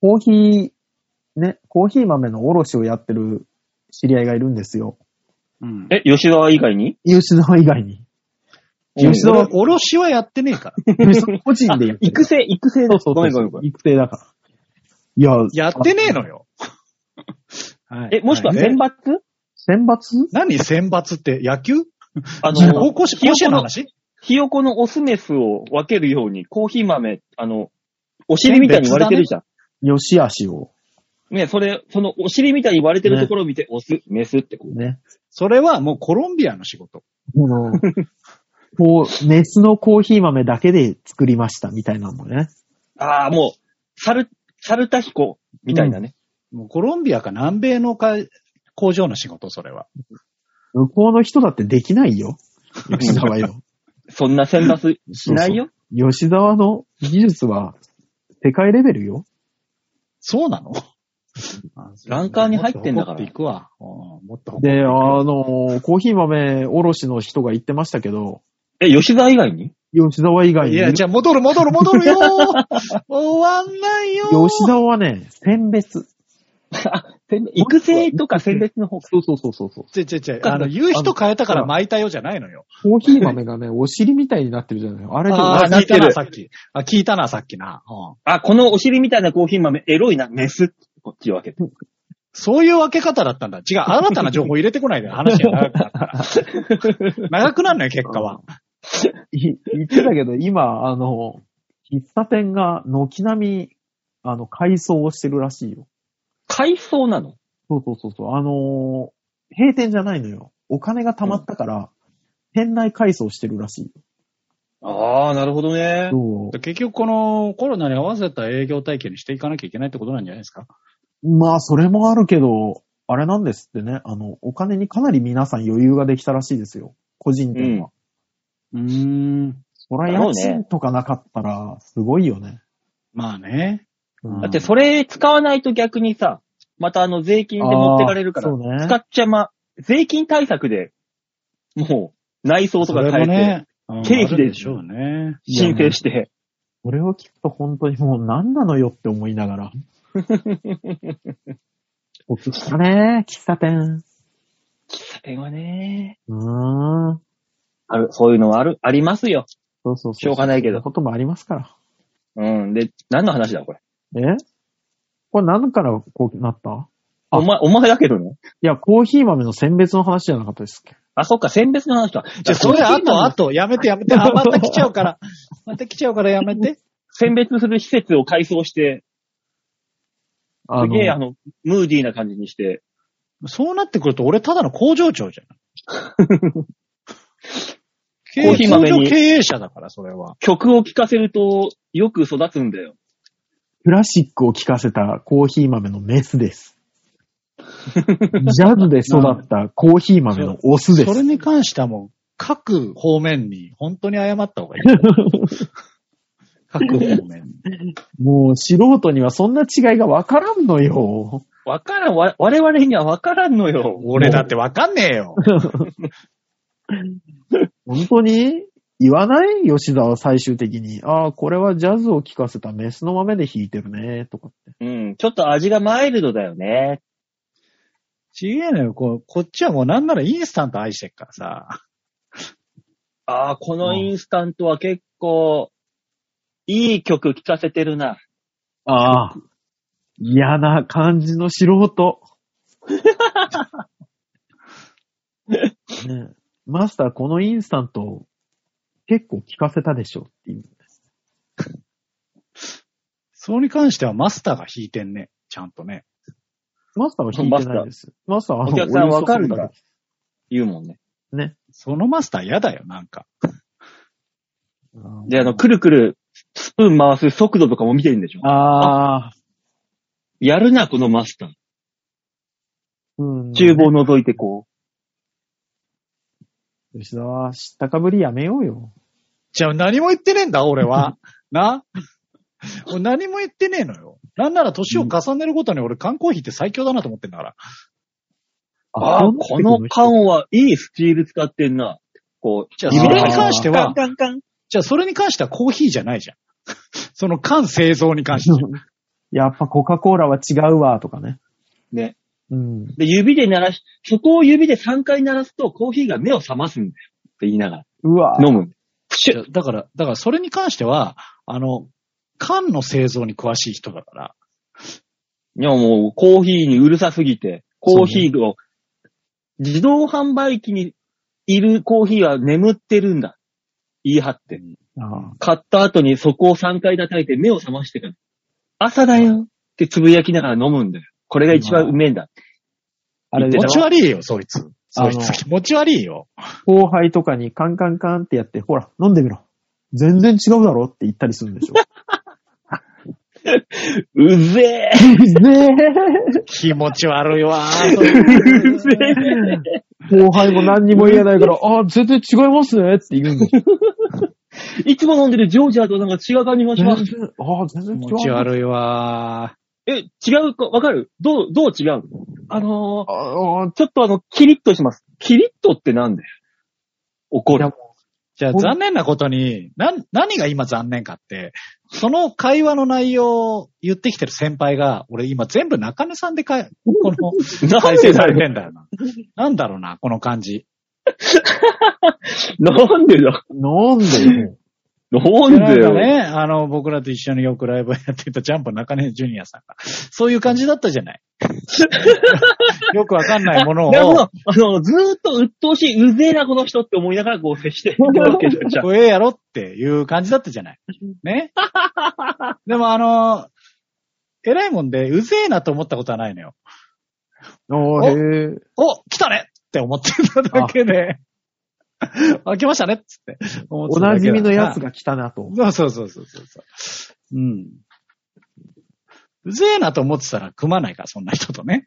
[SPEAKER 2] コーヒーね、コーヒー豆のおろしをやってる知り合いがいるんですよ。
[SPEAKER 3] うん。
[SPEAKER 1] え、吉沢以外に
[SPEAKER 2] 吉沢以外に。吉
[SPEAKER 3] お
[SPEAKER 2] 沢、
[SPEAKER 3] おろしはやってねえから。
[SPEAKER 2] 吉沢個人でや ってる
[SPEAKER 1] 育成、育成
[SPEAKER 2] そ
[SPEAKER 1] だ
[SPEAKER 2] うそうそ
[SPEAKER 1] ごめ
[SPEAKER 2] うん
[SPEAKER 1] ごめんごめん。
[SPEAKER 2] 育成だから。いや、
[SPEAKER 3] やってねえのよ。は
[SPEAKER 1] え、もしくは
[SPEAKER 3] ね
[SPEAKER 1] 選抜
[SPEAKER 2] 選抜
[SPEAKER 3] 何選抜って野球
[SPEAKER 1] あ
[SPEAKER 2] じゃあ
[SPEAKER 1] の
[SPEAKER 3] 高、校生、甲
[SPEAKER 1] ひよ
[SPEAKER 3] 子
[SPEAKER 1] こ
[SPEAKER 3] 園の
[SPEAKER 1] の、
[SPEAKER 3] 話
[SPEAKER 1] ひよこのオスメスを分けるように、コーヒー豆、あの、お尻みたいに割れてるじゃん。
[SPEAKER 2] よしあしを。
[SPEAKER 1] ね、それ、そのお尻みたいに割れてるところを見て、オス、メスってこう。
[SPEAKER 2] ね。
[SPEAKER 3] それはもうコロンビアの仕事。
[SPEAKER 2] この、こう、熱のコーヒー豆だけで作りましたみたいなのね。
[SPEAKER 1] ああ、もう、サル、サルタヒコみたいなね。
[SPEAKER 3] もうコロンビアか南米のか工場の仕事、それは。
[SPEAKER 2] 向こうの人だってできないよ。吉沢 よ。
[SPEAKER 1] そんな選抜しないよ。
[SPEAKER 2] 吉沢の技術は世界レベルよ。
[SPEAKER 3] そうなの
[SPEAKER 1] ランカーに入ってんだから
[SPEAKER 3] もっと誇っていくわ。うんもっと誇ってい
[SPEAKER 2] で、
[SPEAKER 3] く
[SPEAKER 2] あ
[SPEAKER 3] わ
[SPEAKER 2] の、コーヒー豆おろしの人が言ってましたけど、
[SPEAKER 1] え、吉沢以外に
[SPEAKER 2] 吉沢以外
[SPEAKER 3] い
[SPEAKER 2] に、
[SPEAKER 3] や、
[SPEAKER 2] 吉
[SPEAKER 3] じゃあ戻る戻る戻るよ ー終わんないよー
[SPEAKER 2] 沢はね、選別。
[SPEAKER 1] あ、選育成とか選別の方か。
[SPEAKER 2] そうそうそうそうそう。
[SPEAKER 3] ちょいちょいちょい、あの、言う人変えたから巻いたよじゃないのよ。
[SPEAKER 2] コーヒー豆が ね、お尻みたいになってるじゃないあれで
[SPEAKER 3] あ
[SPEAKER 1] あ
[SPEAKER 3] あ、
[SPEAKER 1] ー
[SPEAKER 3] 聞いた
[SPEAKER 1] 聞いて
[SPEAKER 3] な、
[SPEAKER 1] る
[SPEAKER 3] さっき。あ、聞いたな、さっきな。うん
[SPEAKER 1] あ、このお尻みたいなコーヒー豆、エロいな、メスってこっちを分けて。
[SPEAKER 3] そういう分け方だったんだ。違う、新たな情報入れてこないで、話が長くなった から。長くなるのよ、結果は。
[SPEAKER 2] い言ってたけど、今、あの、喫茶店が軒並み、あの、改装をしてるらしいよ。
[SPEAKER 1] 海藻なの
[SPEAKER 2] そうそうそうそう。あのー閉店じゃないのよ。お金が貯まったから、店内改装してるらしいよ。
[SPEAKER 1] ああ、なるほどね。
[SPEAKER 2] そ
[SPEAKER 3] 結局、このコロナに合わせた営業体系にしていかなきゃいけないってことなんじゃないですか。
[SPEAKER 2] う。まあ、それもあるけど、あれなんですってね。あの、お金にかなり皆さん余裕ができたらしいですよ。個人店は。
[SPEAKER 3] うーん。
[SPEAKER 2] そりゃ家賃とかなかったら、すごいよね。
[SPEAKER 3] まあね。
[SPEAKER 2] うん
[SPEAKER 1] だってそれ使わないと逆にさ、またあの税金で持ってかれるから
[SPEAKER 2] あー、そうね
[SPEAKER 1] 使っちゃま、税金対策で、もう内装と
[SPEAKER 3] そ
[SPEAKER 1] か
[SPEAKER 3] れ
[SPEAKER 1] 変
[SPEAKER 3] も
[SPEAKER 1] えて、
[SPEAKER 3] ね、うん
[SPEAKER 1] 経費で
[SPEAKER 3] あるしょうね。
[SPEAKER 1] 申請して、
[SPEAKER 2] これを聞くと本当にもう何なのよって思いなが ら。お聞きしたね、喫茶店。
[SPEAKER 1] それはね、
[SPEAKER 2] うーん。
[SPEAKER 1] ある、そういうのはある、ありますよ。
[SPEAKER 2] そうそうそう。
[SPEAKER 1] しょうがないけど。
[SPEAKER 2] こともありますから。
[SPEAKER 1] うん。で、何の話だ、これ。
[SPEAKER 2] えこれ何からこうなったあ
[SPEAKER 1] お前、お前だけどね。
[SPEAKER 2] いや、コーヒー豆の選別の話じゃなかったですっけ
[SPEAKER 1] あ、そっか、選別の話か。
[SPEAKER 3] じゃあ、それ、あと、あと、やめて、やめて。あ、また来ちゃう から。また来ちゃうからやめて。
[SPEAKER 1] 選別する施設を改装して、
[SPEAKER 2] あ
[SPEAKER 1] すげえ、あ
[SPEAKER 2] の、
[SPEAKER 1] の、ムーディーな感じにして、
[SPEAKER 3] そうなってくると、俺、ただの工場長じ ゃん。
[SPEAKER 1] コーヒー豆に
[SPEAKER 3] 通常経営者だから、それは。
[SPEAKER 1] 曲を聴かせると、よく育つんだよ。
[SPEAKER 2] クラシックを聴かせたコーヒー豆のメ スです。ジャズで育ったコーヒー豆のオスで
[SPEAKER 3] それ
[SPEAKER 2] す。
[SPEAKER 3] に関してはもう、各方面に、本当に謝った方 がいい。各方面に。
[SPEAKER 2] もう素人にはそんな違いがわからんのよ。
[SPEAKER 1] わからん、わ我々にはわからんのよ。
[SPEAKER 3] 俺だってわかんねえよ。
[SPEAKER 2] 本当に言わない吉沢最終的に。ああ、これはジャズを聴かせたメスの豆で弾いてるね、とかって。
[SPEAKER 1] うん、ちょっと味がマイルドだよね。
[SPEAKER 3] ちげえのよ。こうこっちはもうなんならインスタント愛してっからさ。
[SPEAKER 1] ああ、このインスタントは結構、いい曲聴かせてるな。
[SPEAKER 2] ああ。嫌な感じの素人。ねえマスター、このインスタント、結構聞かせたでしょっていう。
[SPEAKER 3] それに関してはマスターが弾いてんね。ちゃんとね。
[SPEAKER 2] マスターは弾いてないです。マスターはあの
[SPEAKER 1] お客さん
[SPEAKER 2] お湯注
[SPEAKER 1] わかるか
[SPEAKER 2] ぐだ
[SPEAKER 1] ら
[SPEAKER 2] け。
[SPEAKER 1] 言うもんね。
[SPEAKER 3] そのマスター嫌だよ、なんか。
[SPEAKER 1] で、あの、くるくる、スプーン回す速度とかも見てるんでしょ
[SPEAKER 2] ああ、
[SPEAKER 1] やるな、このマスター。
[SPEAKER 2] うん
[SPEAKER 1] 厨房覗いてこ
[SPEAKER 2] 吉沢、知ったかぶりやめようよ。
[SPEAKER 3] じゃあ何も言ってねえんだ、俺 は。な俺何も言ってねえのよ。なんなら年を重ねるごとに俺缶コーヒーって最強だなと思ってんだから。
[SPEAKER 1] う。ああー、この缶はいいスチール使ってんな。こう、
[SPEAKER 3] じゃあ
[SPEAKER 2] 指
[SPEAKER 3] そ
[SPEAKER 2] で
[SPEAKER 3] れに関して
[SPEAKER 1] カ
[SPEAKER 3] は
[SPEAKER 1] ン、カンカン。
[SPEAKER 3] じゃあそれに関してはコーヒーじゃないじゃん。その缶製造に関しては。
[SPEAKER 2] やっぱコカ・コーラは違うわ、とかね。
[SPEAKER 1] ね。
[SPEAKER 2] うん。
[SPEAKER 1] で、指で鳴らし、そこを指で3回鳴らすと、コーヒーが目を覚ますんだよ。って言いなが
[SPEAKER 2] うわ
[SPEAKER 1] ら。飲む。プシ
[SPEAKER 3] い
[SPEAKER 1] ュッ
[SPEAKER 3] やだから、だからそれに関しては、あの、缶の製造に詳しい人だから、
[SPEAKER 1] いや、もう、コーヒーにうるさすぎて、コーヒーを、自動販売機にいるコーヒーは眠ってるんだ。言い張って。
[SPEAKER 2] あ
[SPEAKER 1] 買った後にそこを3回叩いて目を覚ましてから、朝だよってつぶやきながら飲むんだよ。これが一番うめえんだ。
[SPEAKER 2] あれで
[SPEAKER 1] 言
[SPEAKER 3] 持
[SPEAKER 1] って
[SPEAKER 3] ち
[SPEAKER 1] たわ
[SPEAKER 3] 悪いよ、そいつ。そい
[SPEAKER 2] あの
[SPEAKER 3] つ気持ち悪いよ。
[SPEAKER 2] 後輩とかにカンカンカンってやって、ほら、飲んでみろ。全然違うだろって言ったりするんでしょ。
[SPEAKER 1] うぜえ
[SPEAKER 2] ね
[SPEAKER 3] 気持ち悪いわ。
[SPEAKER 1] うぜ
[SPEAKER 2] え。 後輩も何にも言えないから、あー、全然違いますねって言うんでしょ。
[SPEAKER 1] えいつも飲んでるジョージアとなんか違う感じがします。
[SPEAKER 2] あー、全然
[SPEAKER 3] 気
[SPEAKER 2] 違う。
[SPEAKER 3] 持ち悪いわ。
[SPEAKER 1] え、違うかわかるどう、どう違うあのー
[SPEAKER 2] あー
[SPEAKER 1] ちょっとあの、キリッとします。キリッとってなんだよ。怒
[SPEAKER 2] い
[SPEAKER 1] る
[SPEAKER 2] や。
[SPEAKER 3] じゃあ
[SPEAKER 2] ほん
[SPEAKER 3] 残念なことに、な、何が今残念かって、その会話の内容を言ってきてる先輩が、俺今全部中根さんでかい、この、
[SPEAKER 1] なん
[SPEAKER 3] 再生
[SPEAKER 1] で
[SPEAKER 3] さ
[SPEAKER 1] だ
[SPEAKER 3] れ
[SPEAKER 1] よ。
[SPEAKER 3] てんだよな。なんだろうな、この感じ。
[SPEAKER 1] なんでだ
[SPEAKER 2] なんでよ。
[SPEAKER 1] なんで
[SPEAKER 3] な
[SPEAKER 1] よ。
[SPEAKER 3] んかね、あの、僕らと一緒によくライブやってたジャンプ中根ジュニアさんが、そういう感じだったじゃ ない。よくわかんないもの
[SPEAKER 1] なるほ
[SPEAKER 3] を
[SPEAKER 1] ど、。あの、ずーっと鬱陶しい、うぜえな、この人って思いながら、こう接していくわけじゃん。じゃあ
[SPEAKER 3] こええやろっていう感じだったじゃない。 ね。でもあの、偉いもんで、うぜえなと思ったことはないのよ。
[SPEAKER 2] あー、へえ。
[SPEAKER 3] お来たねって思ってただけで、あ、来ましたねっつって思って
[SPEAKER 2] お
[SPEAKER 3] ただ
[SPEAKER 2] な
[SPEAKER 3] け
[SPEAKER 2] じ
[SPEAKER 3] だ
[SPEAKER 2] みのやつが来たなと。
[SPEAKER 3] そうそうそうそうそう。うん。うぜえなと思ってたら組まないから、そんな人とね。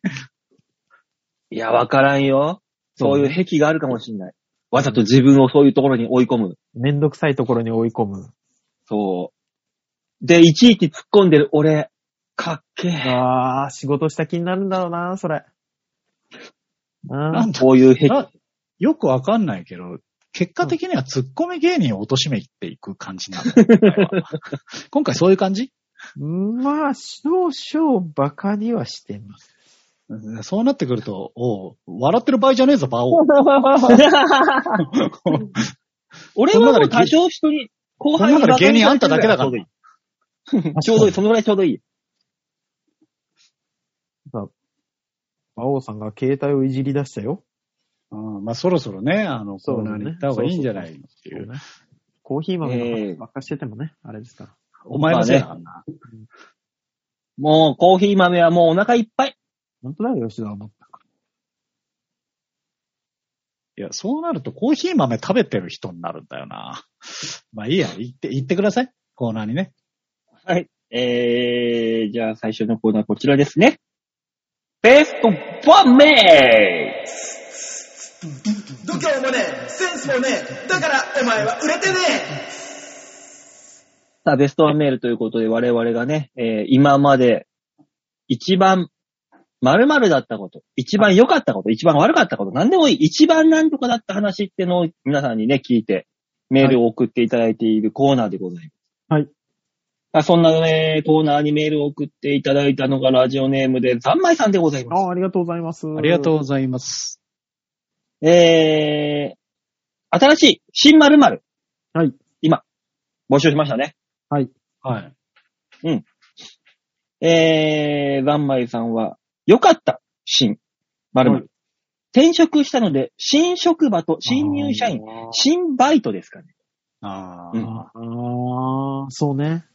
[SPEAKER 1] いや、わからんよ。そういう癖があるかもしんない。わざと自分をそういうところに追い込む。
[SPEAKER 2] めんどくさいところに追い込む。
[SPEAKER 1] そう。で、いちいち突っ込んでる俺、かっけえ。
[SPEAKER 2] あー、仕事した気になるんだろうな、それ。
[SPEAKER 3] な
[SPEAKER 2] あ
[SPEAKER 3] んだ
[SPEAKER 1] こういう癖。
[SPEAKER 3] なよくわかんないけど、結果的にはツッコミ芸人を貶としめていく感じなの。今回 は今回そういう感じ
[SPEAKER 2] ーまあ、少々バカにはしてます。
[SPEAKER 3] うんそうなってくると、おう笑ってる場合じゃねえぞ、馬王。
[SPEAKER 1] 俺はもう多少人に、後輩に
[SPEAKER 3] その中で芸人あんただけだから
[SPEAKER 1] ちょうどいい。ちょうどいい、そのぐらいちょうどいい。
[SPEAKER 2] 馬王さんが携帯をいじり出したよ。
[SPEAKER 3] うんまあそろそろね、あの、
[SPEAKER 2] そ
[SPEAKER 3] コー
[SPEAKER 2] うだ
[SPEAKER 3] ナー
[SPEAKER 2] ね
[SPEAKER 3] に行った方がいいんじゃないっていう。
[SPEAKER 2] コーヒー豆の
[SPEAKER 1] ええ
[SPEAKER 2] 話ばっかしててもね、あれですから。
[SPEAKER 3] お前のせいだからな。
[SPEAKER 1] もう、コーヒー豆はもうお腹いっぱい。
[SPEAKER 2] 本当だよ、吉田は思った。
[SPEAKER 3] いや、そうなるとコーヒー豆食べてる人になるんだよな。まあいいや、行って、行ってください。コーナーにね。
[SPEAKER 1] はい。えー、じゃあ最初のコーナーこちらですね。ベストワンメイ
[SPEAKER 4] 度胸もねえセンスもねえだからお前は売れてねえ
[SPEAKER 1] さあ、ベストワンメールということで我々がね、えー、今まで一番〇〇だったこと、一番良かったこと、一番悪かったこと、何でもいい、一番何とかだった話ってのを皆さんにね、聞いて、メールを送っていただいているコーナーでございます。
[SPEAKER 2] はい。
[SPEAKER 1] あそんなね、コーナーにメールを送っていただいたのがラジオネームで、ざんまいさんでございます。
[SPEAKER 2] ああ、ありがとうございます。
[SPEAKER 3] ありがとう
[SPEAKER 2] う。
[SPEAKER 3] ございます。
[SPEAKER 1] えー、新しい新〇〇。
[SPEAKER 2] はい。
[SPEAKER 1] 今、募集しましたね。
[SPEAKER 3] はい。
[SPEAKER 1] えー、ざんまいさんは、良かった、新〇
[SPEAKER 2] は
[SPEAKER 1] 〇。転職したので、新職場と新入社員、新バイトですかね。
[SPEAKER 3] あ
[SPEAKER 1] う
[SPEAKER 3] あ、
[SPEAKER 1] ん
[SPEAKER 2] ああ、そうね。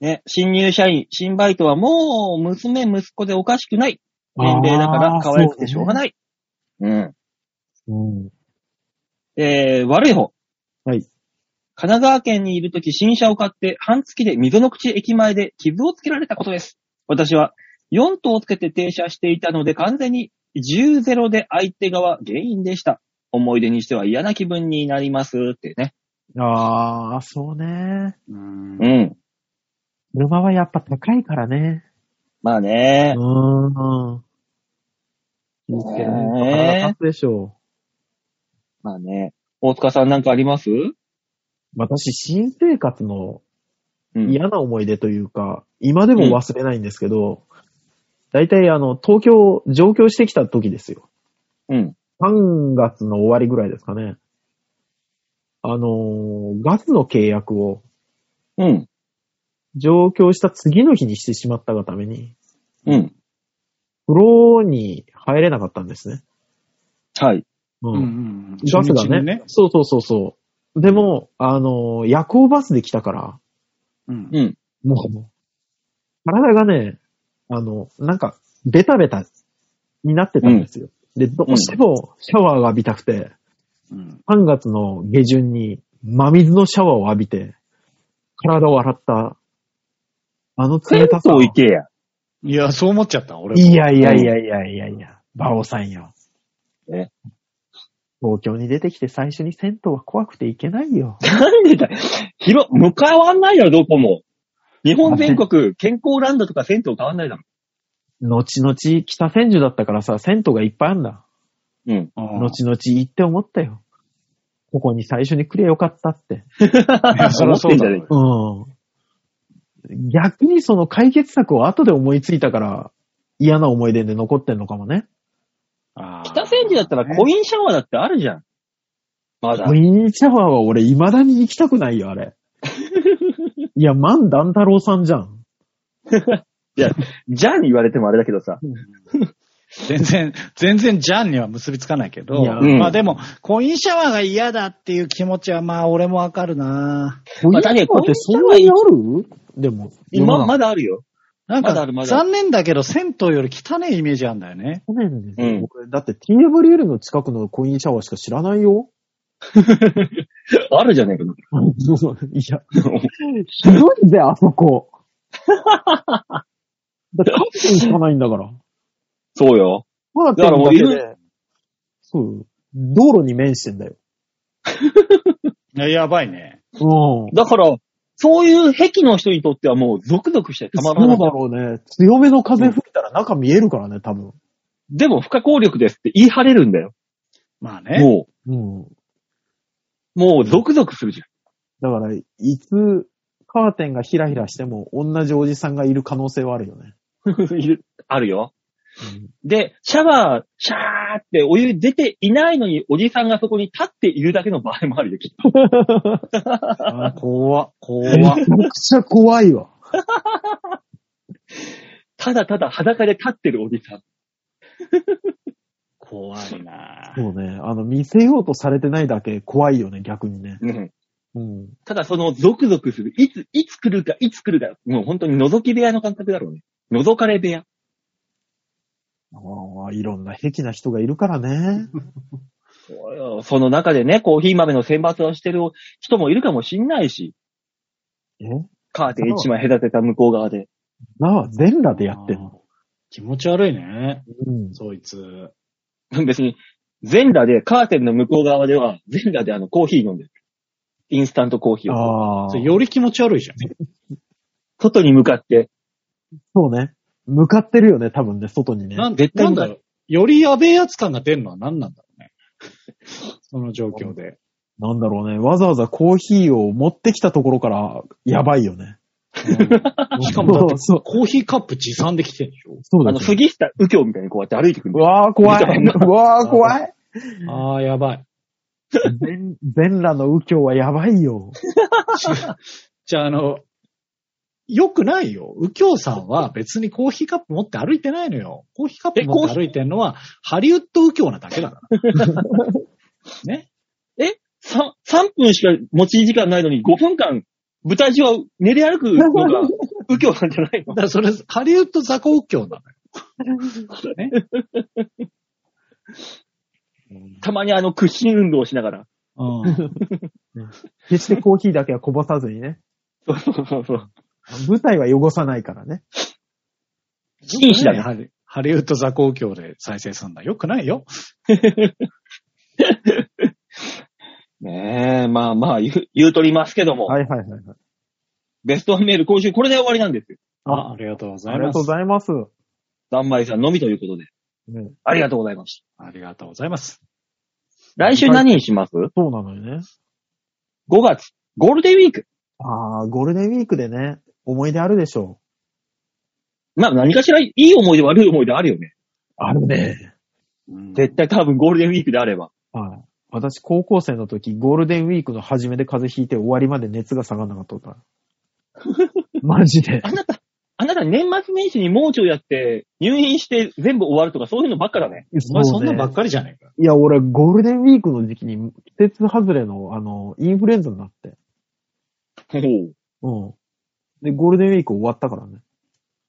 [SPEAKER 1] ね、新入社員、新バイトはもう、娘、息子でおかしくない。年齢だから可愛くてしょうが
[SPEAKER 2] い。
[SPEAKER 1] ない。うん。
[SPEAKER 2] うん
[SPEAKER 1] えー、悪い方。
[SPEAKER 2] はい。
[SPEAKER 1] 神奈川県にいるとき新車を買って半月で溝の口駅前で傷をつけられたことです。私は4頭つけて停車していたので完全に10-0で相手側原因でした。思い出にしては嫌な気分になりますってね。
[SPEAKER 2] ああ、そうね。
[SPEAKER 3] うん
[SPEAKER 1] う。ん。
[SPEAKER 2] 車はやっぱ高いからね。
[SPEAKER 1] まあね
[SPEAKER 2] う。ーん。気をつけないと体立つでしょ
[SPEAKER 1] まあね。大塚さんなんかあります
[SPEAKER 2] う。私、新生活の
[SPEAKER 1] うん。
[SPEAKER 2] 嫌な思い出というか、今でも忘れないんですけど、大体あの、東京、上京してきた時ですよ。
[SPEAKER 1] うん。
[SPEAKER 2] 3月の終わりぐらいですかね。あのーガスの契約を
[SPEAKER 1] うん。
[SPEAKER 2] 上京した次の日にしてしまったがために、
[SPEAKER 1] うん。
[SPEAKER 2] 風呂に入れなかったんですね。
[SPEAKER 1] はい。
[SPEAKER 2] う。
[SPEAKER 3] うんん。
[SPEAKER 2] ガスが
[SPEAKER 3] 初日
[SPEAKER 2] ね
[SPEAKER 3] にね。
[SPEAKER 2] そうそうそうそう。でも、あのー夜行バスで来たから、
[SPEAKER 3] うん。
[SPEAKER 1] うん。
[SPEAKER 2] もう、体がね、あの、なんか、ベタベタになってたんですよ。で、どうしてもシャワーが浴びたくて、
[SPEAKER 3] うん。
[SPEAKER 2] 3月の下旬に真水のシャワーを浴びて、体を洗った、あの
[SPEAKER 1] 銭
[SPEAKER 2] 冷たさ。
[SPEAKER 1] 湯行けや。
[SPEAKER 3] いや、そう思っちゃった、俺も。
[SPEAKER 2] いやいやいやいやいやいや、バオさんよ。
[SPEAKER 1] え
[SPEAKER 2] 東京に出てきて最初に銭湯は怖くて行けないよ。
[SPEAKER 1] なんでだよ広、向かわんないよ、どこも。日本全国、健康ランドとか銭湯変わんないだろ。
[SPEAKER 2] 後々北千住だったからさ、銭湯がいっぱいあんだ。
[SPEAKER 1] うん。
[SPEAKER 3] うん。
[SPEAKER 2] 後々行って思ったよ。ここに最初に来れよかったって。
[SPEAKER 3] いやそりゃそうだろうよ。
[SPEAKER 2] うん。逆にその解決策を後で思いついたから、嫌な思い出で残ってんのかもね。
[SPEAKER 3] あー
[SPEAKER 1] 北千住だったらコインシャワーだってあるじゃん。まだ
[SPEAKER 2] コ。インシャワーは俺未だに行きたくないよ、あれ。いや、万段太郎さんじゃん。
[SPEAKER 1] じゃん言われてもあれだけどさ。
[SPEAKER 3] 全然、全然ジャンには結びつかないけど、
[SPEAKER 2] いや
[SPEAKER 1] うん
[SPEAKER 3] まあでも、コインシャワーが嫌だっていう気持ちはまあ俺もわかるな
[SPEAKER 2] コインシ
[SPEAKER 1] 確かに
[SPEAKER 2] ャワーってそんなにあるでも。
[SPEAKER 1] 今、ま
[SPEAKER 2] だ。
[SPEAKER 1] だあるよ。
[SPEAKER 3] なん
[SPEAKER 1] まだあ
[SPEAKER 3] か
[SPEAKER 1] るま、だ
[SPEAKER 3] 残念だけど、銭湯より汚いイメージあるんだよね。
[SPEAKER 2] 去年ですよ、
[SPEAKER 1] うん
[SPEAKER 2] 僕だって TWL の近くのコインシャワーしか知らないよ。
[SPEAKER 1] あるじゃねえか。
[SPEAKER 2] いや、ひどいぜ、あそ こ。だって、カップにしかないんだから。
[SPEAKER 1] そうよ。
[SPEAKER 2] まだ
[SPEAKER 1] だからもういる
[SPEAKER 2] ね。そうよ。道路に面してんだよ。
[SPEAKER 3] いややばいね。
[SPEAKER 2] うん。
[SPEAKER 1] だから、そういう壁の人にとってはもうゾクゾクしてた
[SPEAKER 2] そ
[SPEAKER 1] ま
[SPEAKER 2] う
[SPEAKER 1] らな
[SPEAKER 2] だ
[SPEAKER 1] い。
[SPEAKER 2] ろうね。強めの風吹いたら中見えるからね、多分。
[SPEAKER 1] でも不可抗力ですって言い張れるんだよ。
[SPEAKER 3] まあね。
[SPEAKER 1] も
[SPEAKER 2] うん。
[SPEAKER 1] う、もうゾクゾクするじ
[SPEAKER 2] だから、いつ、カーテンがヒラヒラしても、同じおじさんがいる可能性はあるよ ね。
[SPEAKER 1] ゃん。 いるあるよ。で、シャワー、シャーってお湯出ていないのにおじさんがそこに立っているだけの場合もあるよ、きっと。
[SPEAKER 3] あー怖
[SPEAKER 2] め
[SPEAKER 3] 怖
[SPEAKER 2] ちゃくちゃ怖いわ。
[SPEAKER 1] ただただ裸で立ってるおじさん。
[SPEAKER 3] 怖いな
[SPEAKER 2] そうね。あの、見せようとされてないだけ怖いよね、逆にね。うん。
[SPEAKER 1] ただそのゾクゾクする。いつ、いつ来るか、いつ来るか。もう本当に覗き部屋の感覚だろうね。覗かれ部屋。
[SPEAKER 2] ああ、いろんな癖な人がいるからね。
[SPEAKER 1] その中でね、コーヒー豆の選抜をしてる人もいるかもしんないし、
[SPEAKER 2] え
[SPEAKER 1] カーテン一枚隔てた向こう側で。
[SPEAKER 2] なあ、全裸でやってん
[SPEAKER 3] あー
[SPEAKER 2] の。
[SPEAKER 3] 気持ち悪いね。
[SPEAKER 2] うん。
[SPEAKER 3] そいつ。
[SPEAKER 1] 別に、全裸で、カーテンの向こう側では、全裸であの、コーヒー飲んでる。インスタントコーヒーを。
[SPEAKER 2] ああ。
[SPEAKER 3] それより気持ち悪いじゃん。
[SPEAKER 1] 外に向かって、
[SPEAKER 2] そうね。向かってるよね、多分ね、外にね。
[SPEAKER 3] なん
[SPEAKER 1] 絶対
[SPEAKER 3] なん
[SPEAKER 1] 無駄
[SPEAKER 3] だろう。よりやべえやつ感が出るのは何なんだろうね。 その状況で。
[SPEAKER 2] なんだろうね。わざわざコーヒーを持ってきたところから、やばいよね。
[SPEAKER 3] うんしかもだって、
[SPEAKER 2] そう
[SPEAKER 3] コーヒーカップ持参できてんでしょ
[SPEAKER 2] そう
[SPEAKER 1] あ
[SPEAKER 2] だ
[SPEAKER 1] の、
[SPEAKER 2] ね。
[SPEAKER 1] 杉下右京みたいにこうやって歩いてくる
[SPEAKER 2] う。わあ、怖い。
[SPEAKER 1] みたいう
[SPEAKER 2] わあ、怖い。
[SPEAKER 3] ああ、やばい。
[SPEAKER 2] 全全裸の右京はやばいよ。
[SPEAKER 3] じゃあ、あの、よくないよ。右京さんは別にコーヒーカップ持って歩いてないのよ。コーヒーカップ持って歩いてんのは、ハリウッド右京なだけだから。
[SPEAKER 1] さ3分しか持ち時間ないのに5分間、舞台上を練り歩くの が右京なんじゃな
[SPEAKER 3] だ
[SPEAKER 1] いの
[SPEAKER 3] からそれ、ハリウッド雑魚右京なのよ。ね。
[SPEAKER 1] たまにあの、屈伸運動をしながら。
[SPEAKER 3] うん。
[SPEAKER 2] 決してコーヒーだけはこぼさずにね。
[SPEAKER 1] そうそうそうそう。
[SPEAKER 2] 舞台は汚さないからね。
[SPEAKER 1] 紳士だね。
[SPEAKER 3] ハリハリウッド雑魚右京で再生するんだ。よくないよ。
[SPEAKER 1] ねえ、まあまあ言う、言うとりますけども、
[SPEAKER 2] はいはいはいはい。
[SPEAKER 1] ベストメール今週これで終わりなんですよ。
[SPEAKER 3] あ、ありがとうござ
[SPEAKER 2] あ
[SPEAKER 3] い
[SPEAKER 2] りが
[SPEAKER 3] ま
[SPEAKER 2] とうご
[SPEAKER 3] す。
[SPEAKER 2] ざいます。
[SPEAKER 1] 三枚さんのみということで。
[SPEAKER 2] ね
[SPEAKER 1] ありがとうございました。
[SPEAKER 3] ありがとうございます。
[SPEAKER 1] 来週何にします
[SPEAKER 2] そうなのよね。
[SPEAKER 1] ?5 月、ゴールデンウィーク。
[SPEAKER 2] ああ、ゴールデンウィークでね、思い出あるでしょ
[SPEAKER 1] まあ何かしらいい思い出、悪い思い出あるよね。
[SPEAKER 2] う。あるね。
[SPEAKER 3] うん
[SPEAKER 1] 絶対多分ゴールデンウィークであれば。
[SPEAKER 2] はい。私、高校生の時、ゴールデンウィークの初めで風邪ひいて終わりまで熱が下がらなかったから。マジで。
[SPEAKER 1] あなた、あなた年末年始に盲腸やって入院して全部終わるとかそういうのばっかだね。
[SPEAKER 3] お前
[SPEAKER 2] そ
[SPEAKER 3] そう
[SPEAKER 2] ね
[SPEAKER 3] んなんばっかりじゃねえか。
[SPEAKER 2] いや、俺、ゴールデンウィークの時期に、季節外れの、あの、インフルエンザになって。
[SPEAKER 1] ほう。
[SPEAKER 2] うん。で、ゴールデンウィーク終わったからね。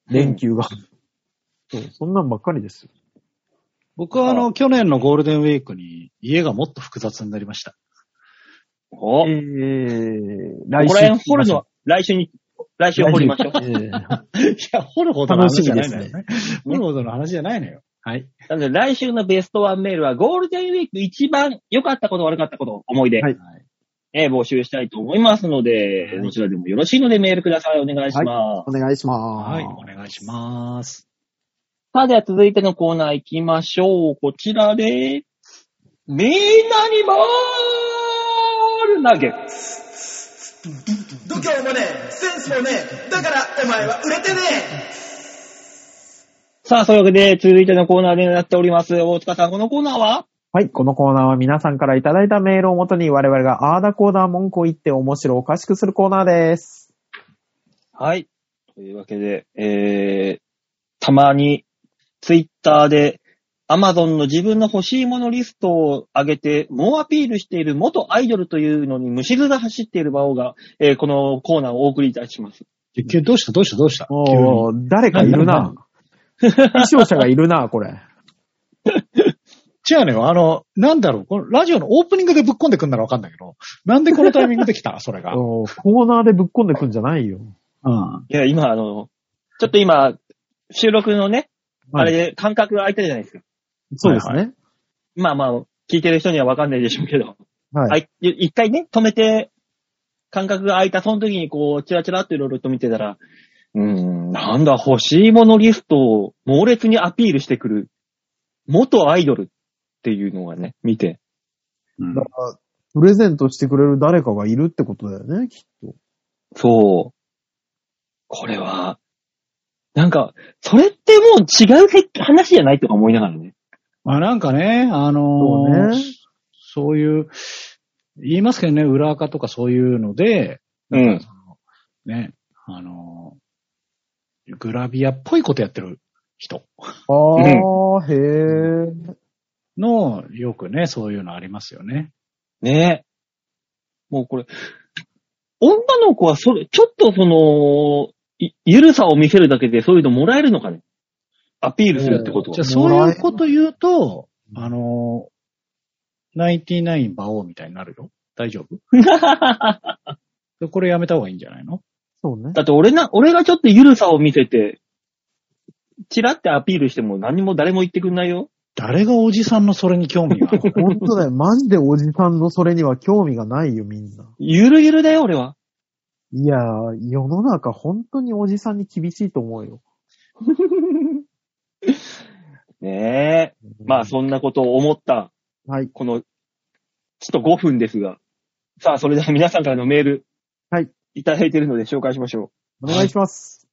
[SPEAKER 2] 連休が。そう、そんなんばっかりですよ。
[SPEAKER 3] 僕はあの、去年のゴールデンウィークに家がもっと複雑になりました。
[SPEAKER 1] お
[SPEAKER 2] え
[SPEAKER 1] こ
[SPEAKER 2] ー、
[SPEAKER 1] こら
[SPEAKER 2] 来週
[SPEAKER 1] 辺掘るのは来週に、来週掘りましょう。
[SPEAKER 2] えー
[SPEAKER 3] いや、掘るほどの話じゃないのよ
[SPEAKER 2] 楽
[SPEAKER 3] ね。掘るほどの話じゃないのよ。はい。
[SPEAKER 1] なので来週のベストワンメールはゴールデンウィーク一番良かったこと、悪かったこと、思い出、
[SPEAKER 2] はい
[SPEAKER 3] はい
[SPEAKER 1] えー募集したいと思いますので、
[SPEAKER 3] はい
[SPEAKER 1] どちらでもよろしいのでメールください。お願いします。
[SPEAKER 2] お願いしま
[SPEAKER 3] はい、
[SPEAKER 2] す。
[SPEAKER 3] お願いします。
[SPEAKER 1] さあ、では続いてのコーナー行きましょう。こちらで、みんなにボール投げ。
[SPEAKER 4] 度胸もねえセンスもねえだからお前は売れてね
[SPEAKER 1] さあ、そういうわけで、続いてのコーナーでなっております。大塚さん、このコーナーは
[SPEAKER 2] はい、このコーナーは皆さんからいただいたメールをもとに我々があーだこーだ文句を言って面白おかしくするコーナーです。
[SPEAKER 1] はい。というわけで、えー、たまに、ツイッターで、アマゾンの自分の欲しいものリストを上げて、猛アピールしている元アイドルというのに虫ずが走っている馬王が、えーこのコーナーをお送りいたします。
[SPEAKER 3] え急にどうしたどうしたどうした急に
[SPEAKER 2] おー、誰かいるな。視聴者がいるな、これ。
[SPEAKER 3] 違うのよ。あの、なんだろう。このラジオのオープニングでぶっ込んでくんならわかんないけど、なんでこのタイミングできた それが。
[SPEAKER 2] おーコーナーでぶっ込んでくんじゃないよ。
[SPEAKER 3] うん。
[SPEAKER 1] いや、今、あの、ちょっと今、収録のね、あれ
[SPEAKER 2] はい
[SPEAKER 1] で間隔が空いてるじゃないですか。
[SPEAKER 2] そうですね。
[SPEAKER 1] まあまあ、聞いてる人にはわかんないでしょうけど。
[SPEAKER 2] は。
[SPEAKER 1] はいい。一回ね、止めて、感覚が空いた、その時にこう、チラチラっといろいろと見てたら、うーん、なんだ、欲しいものリストを猛烈にアピールしてくる、元アイドルっていうのがね、見て。
[SPEAKER 3] うん
[SPEAKER 2] だからプレゼントしてくれる誰かがいるってことだよね、きっと。
[SPEAKER 1] そう。これは、なんか、それってもう違う話じゃないとか思いながらね。
[SPEAKER 3] まあなんかね、あの
[SPEAKER 2] そう
[SPEAKER 3] ー
[SPEAKER 2] ね
[SPEAKER 3] そういう、言いますけどね、裏垢とかそういうので、
[SPEAKER 1] うん
[SPEAKER 3] なんかそのね、あのーグラビアっぽいことやってる人
[SPEAKER 2] あー、へー。
[SPEAKER 3] の、よくね、そういうのありますよね。
[SPEAKER 1] ねえ。もうこれ、女の子はそれ、ちょっとその、いゆるさを見せるだけでそういうのもらえるのかねアピールするってことは
[SPEAKER 3] じゃあそういうこと言うと、あのー、ナインティナイン馬王みたいになるよ。大丈 夫これやめた方がいいんじゃないの
[SPEAKER 2] そう ね。
[SPEAKER 1] だって俺な、俺がちょっとゆるさを見せて、チラってアピールしても何も誰も言ってくんないよ。
[SPEAKER 3] 誰がおじさんのそれに興味がある の
[SPEAKER 2] 本当だよ。マジでおじさんのそれには興味がないよ、みんな。
[SPEAKER 1] ゆるゆるだよ、俺は。
[SPEAKER 2] いやー、世の中本当におじさんに厳しいと思うよ。
[SPEAKER 1] ねえ。まあ、そんなことを思った、
[SPEAKER 2] はい。
[SPEAKER 1] この、ちょっと5分ですが。さあ、それでは皆さんからのメール。
[SPEAKER 2] はい。
[SPEAKER 1] いただいているので紹介しましょう。
[SPEAKER 2] お願いします。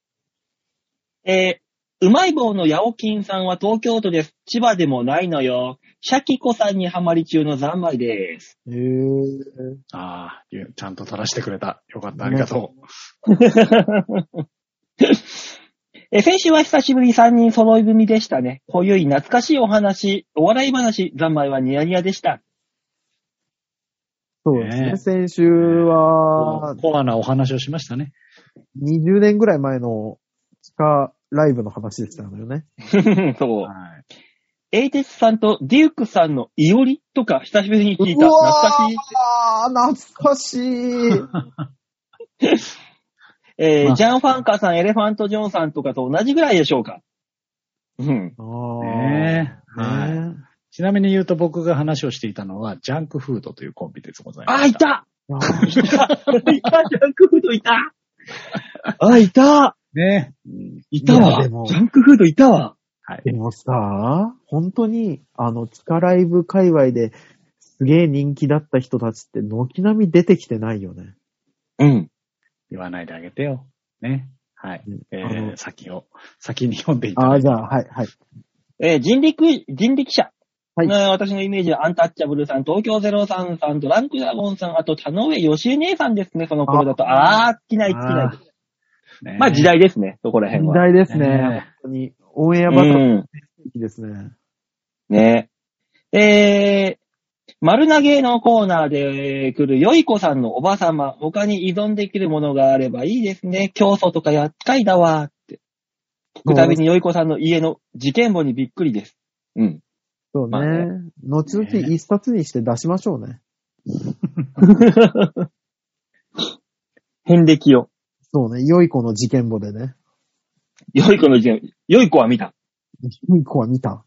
[SPEAKER 1] えーうまい棒のヤオキンさんは東京都です。千葉でもないのよ。シャキコさんにハマり中の三昧です。
[SPEAKER 2] へー。
[SPEAKER 3] ああ、ゆちゃんと垂らしてくれた。よかった、ありがとう。
[SPEAKER 1] えー先週は久しぶり3人揃い踏みでしたね。こういう懐かしいお話、お笑い話、三昧はニヤニヤでした。
[SPEAKER 2] そうですね。
[SPEAKER 3] ね
[SPEAKER 2] 先週は、
[SPEAKER 3] コアなお話をしましたね。
[SPEAKER 2] 20年ぐらい前の地下ライブの話でしたのよね。
[SPEAKER 1] そう。
[SPEAKER 3] は
[SPEAKER 1] エイテスさんとデュークさんのイオリとか久しぶりに聞いた。
[SPEAKER 2] うわー
[SPEAKER 1] 懐かしい。
[SPEAKER 2] あー、懐かし い。
[SPEAKER 1] えー
[SPEAKER 3] まあ
[SPEAKER 1] ジャン・ファンカーさん、エレファント・ジョンさんとかと同じぐらいでしょうか。うん。
[SPEAKER 2] あ
[SPEAKER 3] い。
[SPEAKER 2] ー。
[SPEAKER 3] ねえ。
[SPEAKER 2] ね
[SPEAKER 3] はい。ちなみに言うと僕が話をしていたのは、ジャンクフードというコンビでございま
[SPEAKER 1] あ、
[SPEAKER 3] し
[SPEAKER 1] い
[SPEAKER 3] た。
[SPEAKER 1] た
[SPEAKER 2] えあー
[SPEAKER 1] いたいたジャンクフードいたあ、いた
[SPEAKER 3] ねえ。
[SPEAKER 1] い
[SPEAKER 2] たわジャ
[SPEAKER 1] ンクフードいたわ。
[SPEAKER 3] はい。
[SPEAKER 2] でもさ、本当に、あの、地下ライブ界隈ですげえ人気だった人たちって軒並み出てきてないよね。
[SPEAKER 1] うん。
[SPEAKER 3] 言わないであげてよ。ね。はい。
[SPEAKER 2] うん
[SPEAKER 3] え
[SPEAKER 2] あ
[SPEAKER 3] ー、
[SPEAKER 2] の
[SPEAKER 3] 先を、先に読んでいた
[SPEAKER 2] あ
[SPEAKER 3] だ
[SPEAKER 2] あ、
[SPEAKER 3] い
[SPEAKER 2] じ
[SPEAKER 3] て
[SPEAKER 2] ゃあ、はい、はい。
[SPEAKER 1] えー人力、人力車。
[SPEAKER 2] はい
[SPEAKER 1] えー私のイメージはアンタッチャブルさん、東京03さん、トランクダゴンさん、あと田上義恵姉さんですね、その頃だと。あ
[SPEAKER 2] あ
[SPEAKER 1] ー、好きない、好き
[SPEAKER 2] あ
[SPEAKER 1] な
[SPEAKER 2] ー
[SPEAKER 1] い。
[SPEAKER 3] ね
[SPEAKER 1] まあ時代ですね、そこら辺
[SPEAKER 2] 時
[SPEAKER 1] は。
[SPEAKER 2] 代ですね。
[SPEAKER 3] ね
[SPEAKER 2] 本当に。オンエアバトル
[SPEAKER 1] うん。
[SPEAKER 2] ですね。
[SPEAKER 1] ねえー、丸投げのコーナーで来るよいこさんのおばさま、他に依存できるものがあればいいですね。競争とか厄介だわーって。聞くたびによいこさんの家の事件簿にびっくりです。うん。
[SPEAKER 2] そう
[SPEAKER 1] まあ
[SPEAKER 2] ね。後々
[SPEAKER 3] ね
[SPEAKER 2] 一冊にして出しましょうね。
[SPEAKER 1] 変歴を。
[SPEAKER 2] そうね。良い子の事件簿でね。
[SPEAKER 1] よいこの事件、よいこは見た。
[SPEAKER 2] 良い子は見 た。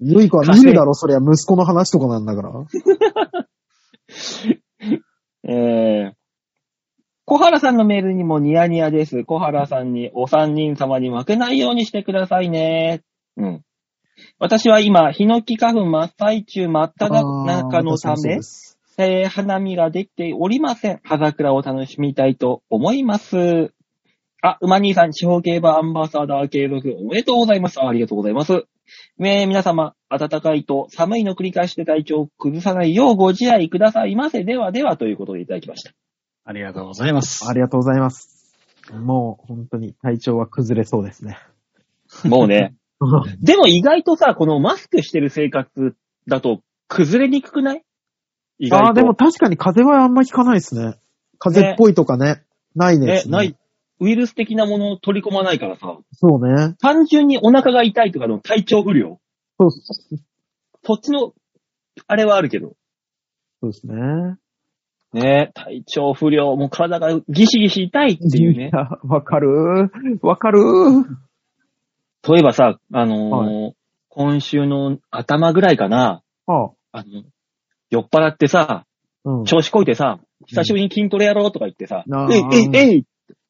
[SPEAKER 2] 良い子は見るだろ、そりゃ息子の話とかなんだから。
[SPEAKER 1] えー、小原さんのメールにもニヤニヤです。小原さんにお三人様に負けないようにしてくださいね。うん。私は今、ヒノキ花粉真っ最中真っ只中のた
[SPEAKER 2] あー私もそう
[SPEAKER 1] め
[SPEAKER 2] で、す
[SPEAKER 1] えー花見ができておりません。葉桜を楽しみたいと思います。あ、馬兄さん、地方競馬アンバサダー継続おめでとうございます。あありがとうございます。ねえ、皆様、暖かいと寒いの繰り返しで体調を崩さないようご自愛くださいませ。ではではということでいただきました。
[SPEAKER 3] ありがとうございます。
[SPEAKER 2] ありがとうございます。もう、本当に体調は崩れそうですね。
[SPEAKER 1] もうね。でも意外とさ、このマスクしてる生活だと崩れにくくない 意外と。
[SPEAKER 2] ああ、でも、確かに風邪はあんま効かないですね。風邪っぽいとかね。ないで
[SPEAKER 1] ね
[SPEAKER 2] す、ね。
[SPEAKER 1] ない。、ウイルス的なものを取り込まないからさ、
[SPEAKER 2] そうね。
[SPEAKER 1] 単純にお腹が痛いとかの体調不良。
[SPEAKER 2] そうそ
[SPEAKER 1] そっちの、あれはあるけど。
[SPEAKER 2] うですね。
[SPEAKER 1] ね体調不良、もう体がギシギシ痛いっていうね
[SPEAKER 2] い。やわかるわかる
[SPEAKER 1] そういえばさ、あのー
[SPEAKER 2] は
[SPEAKER 1] 今週の頭ぐらいかな、
[SPEAKER 2] ああ。
[SPEAKER 1] あの、酔っ払ってさ、
[SPEAKER 2] うん。
[SPEAKER 1] 調子こいてさ、久しぶりに筋トレやろうとか言ってさ、
[SPEAKER 2] あ
[SPEAKER 1] えい
[SPEAKER 2] ー
[SPEAKER 1] えいえい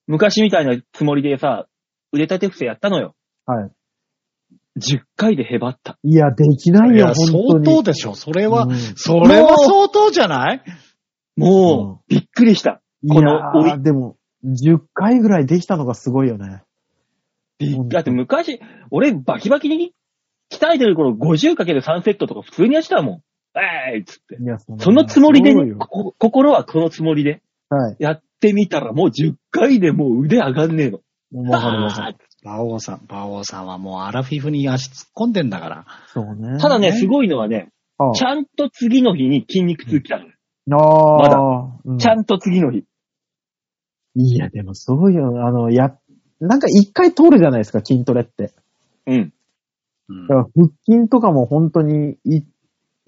[SPEAKER 1] 昔みたいなつもりでさ、腕立て伏せやったのよ。
[SPEAKER 2] は
[SPEAKER 1] 10回でへばった。
[SPEAKER 2] い。いや、できない
[SPEAKER 3] いや、
[SPEAKER 2] よ、本当
[SPEAKER 3] 相
[SPEAKER 2] に。
[SPEAKER 3] 当でしょ。それは、
[SPEAKER 2] うん
[SPEAKER 3] それは相当じゃない
[SPEAKER 1] もう、びっくりした。この
[SPEAKER 2] いやーでも、10回ぐらいできたのがすごいよね。
[SPEAKER 1] びっだって昔、俺バキバキに鍛えてる頃 50×3 セットとか普通にやってたもん。えーいっつって。
[SPEAKER 2] いや、そんな
[SPEAKER 1] そのつもりです
[SPEAKER 2] ごい
[SPEAKER 1] ね、
[SPEAKER 2] よ
[SPEAKER 1] こ心はこのつもりで、
[SPEAKER 2] はい。
[SPEAKER 1] やってみたらもう10回でもう腕上がんねえの。
[SPEAKER 2] わかるわかる。
[SPEAKER 3] 馬王さん、馬王さんはもうアラフィフに足突っ込んでんだから。
[SPEAKER 2] そうね。
[SPEAKER 1] ただね、
[SPEAKER 3] ね
[SPEAKER 1] すごいのはね、
[SPEAKER 2] ああ、
[SPEAKER 1] ちゃんと次の日に筋肉痛来たの。
[SPEAKER 2] ああうん
[SPEAKER 1] ちゃんと次の日。
[SPEAKER 2] いや、でもそうよ。あの、や、なんか一回通るじゃないですか、筋トレって。
[SPEAKER 1] うん。
[SPEAKER 3] うん
[SPEAKER 2] だから腹筋とかも本当に、い、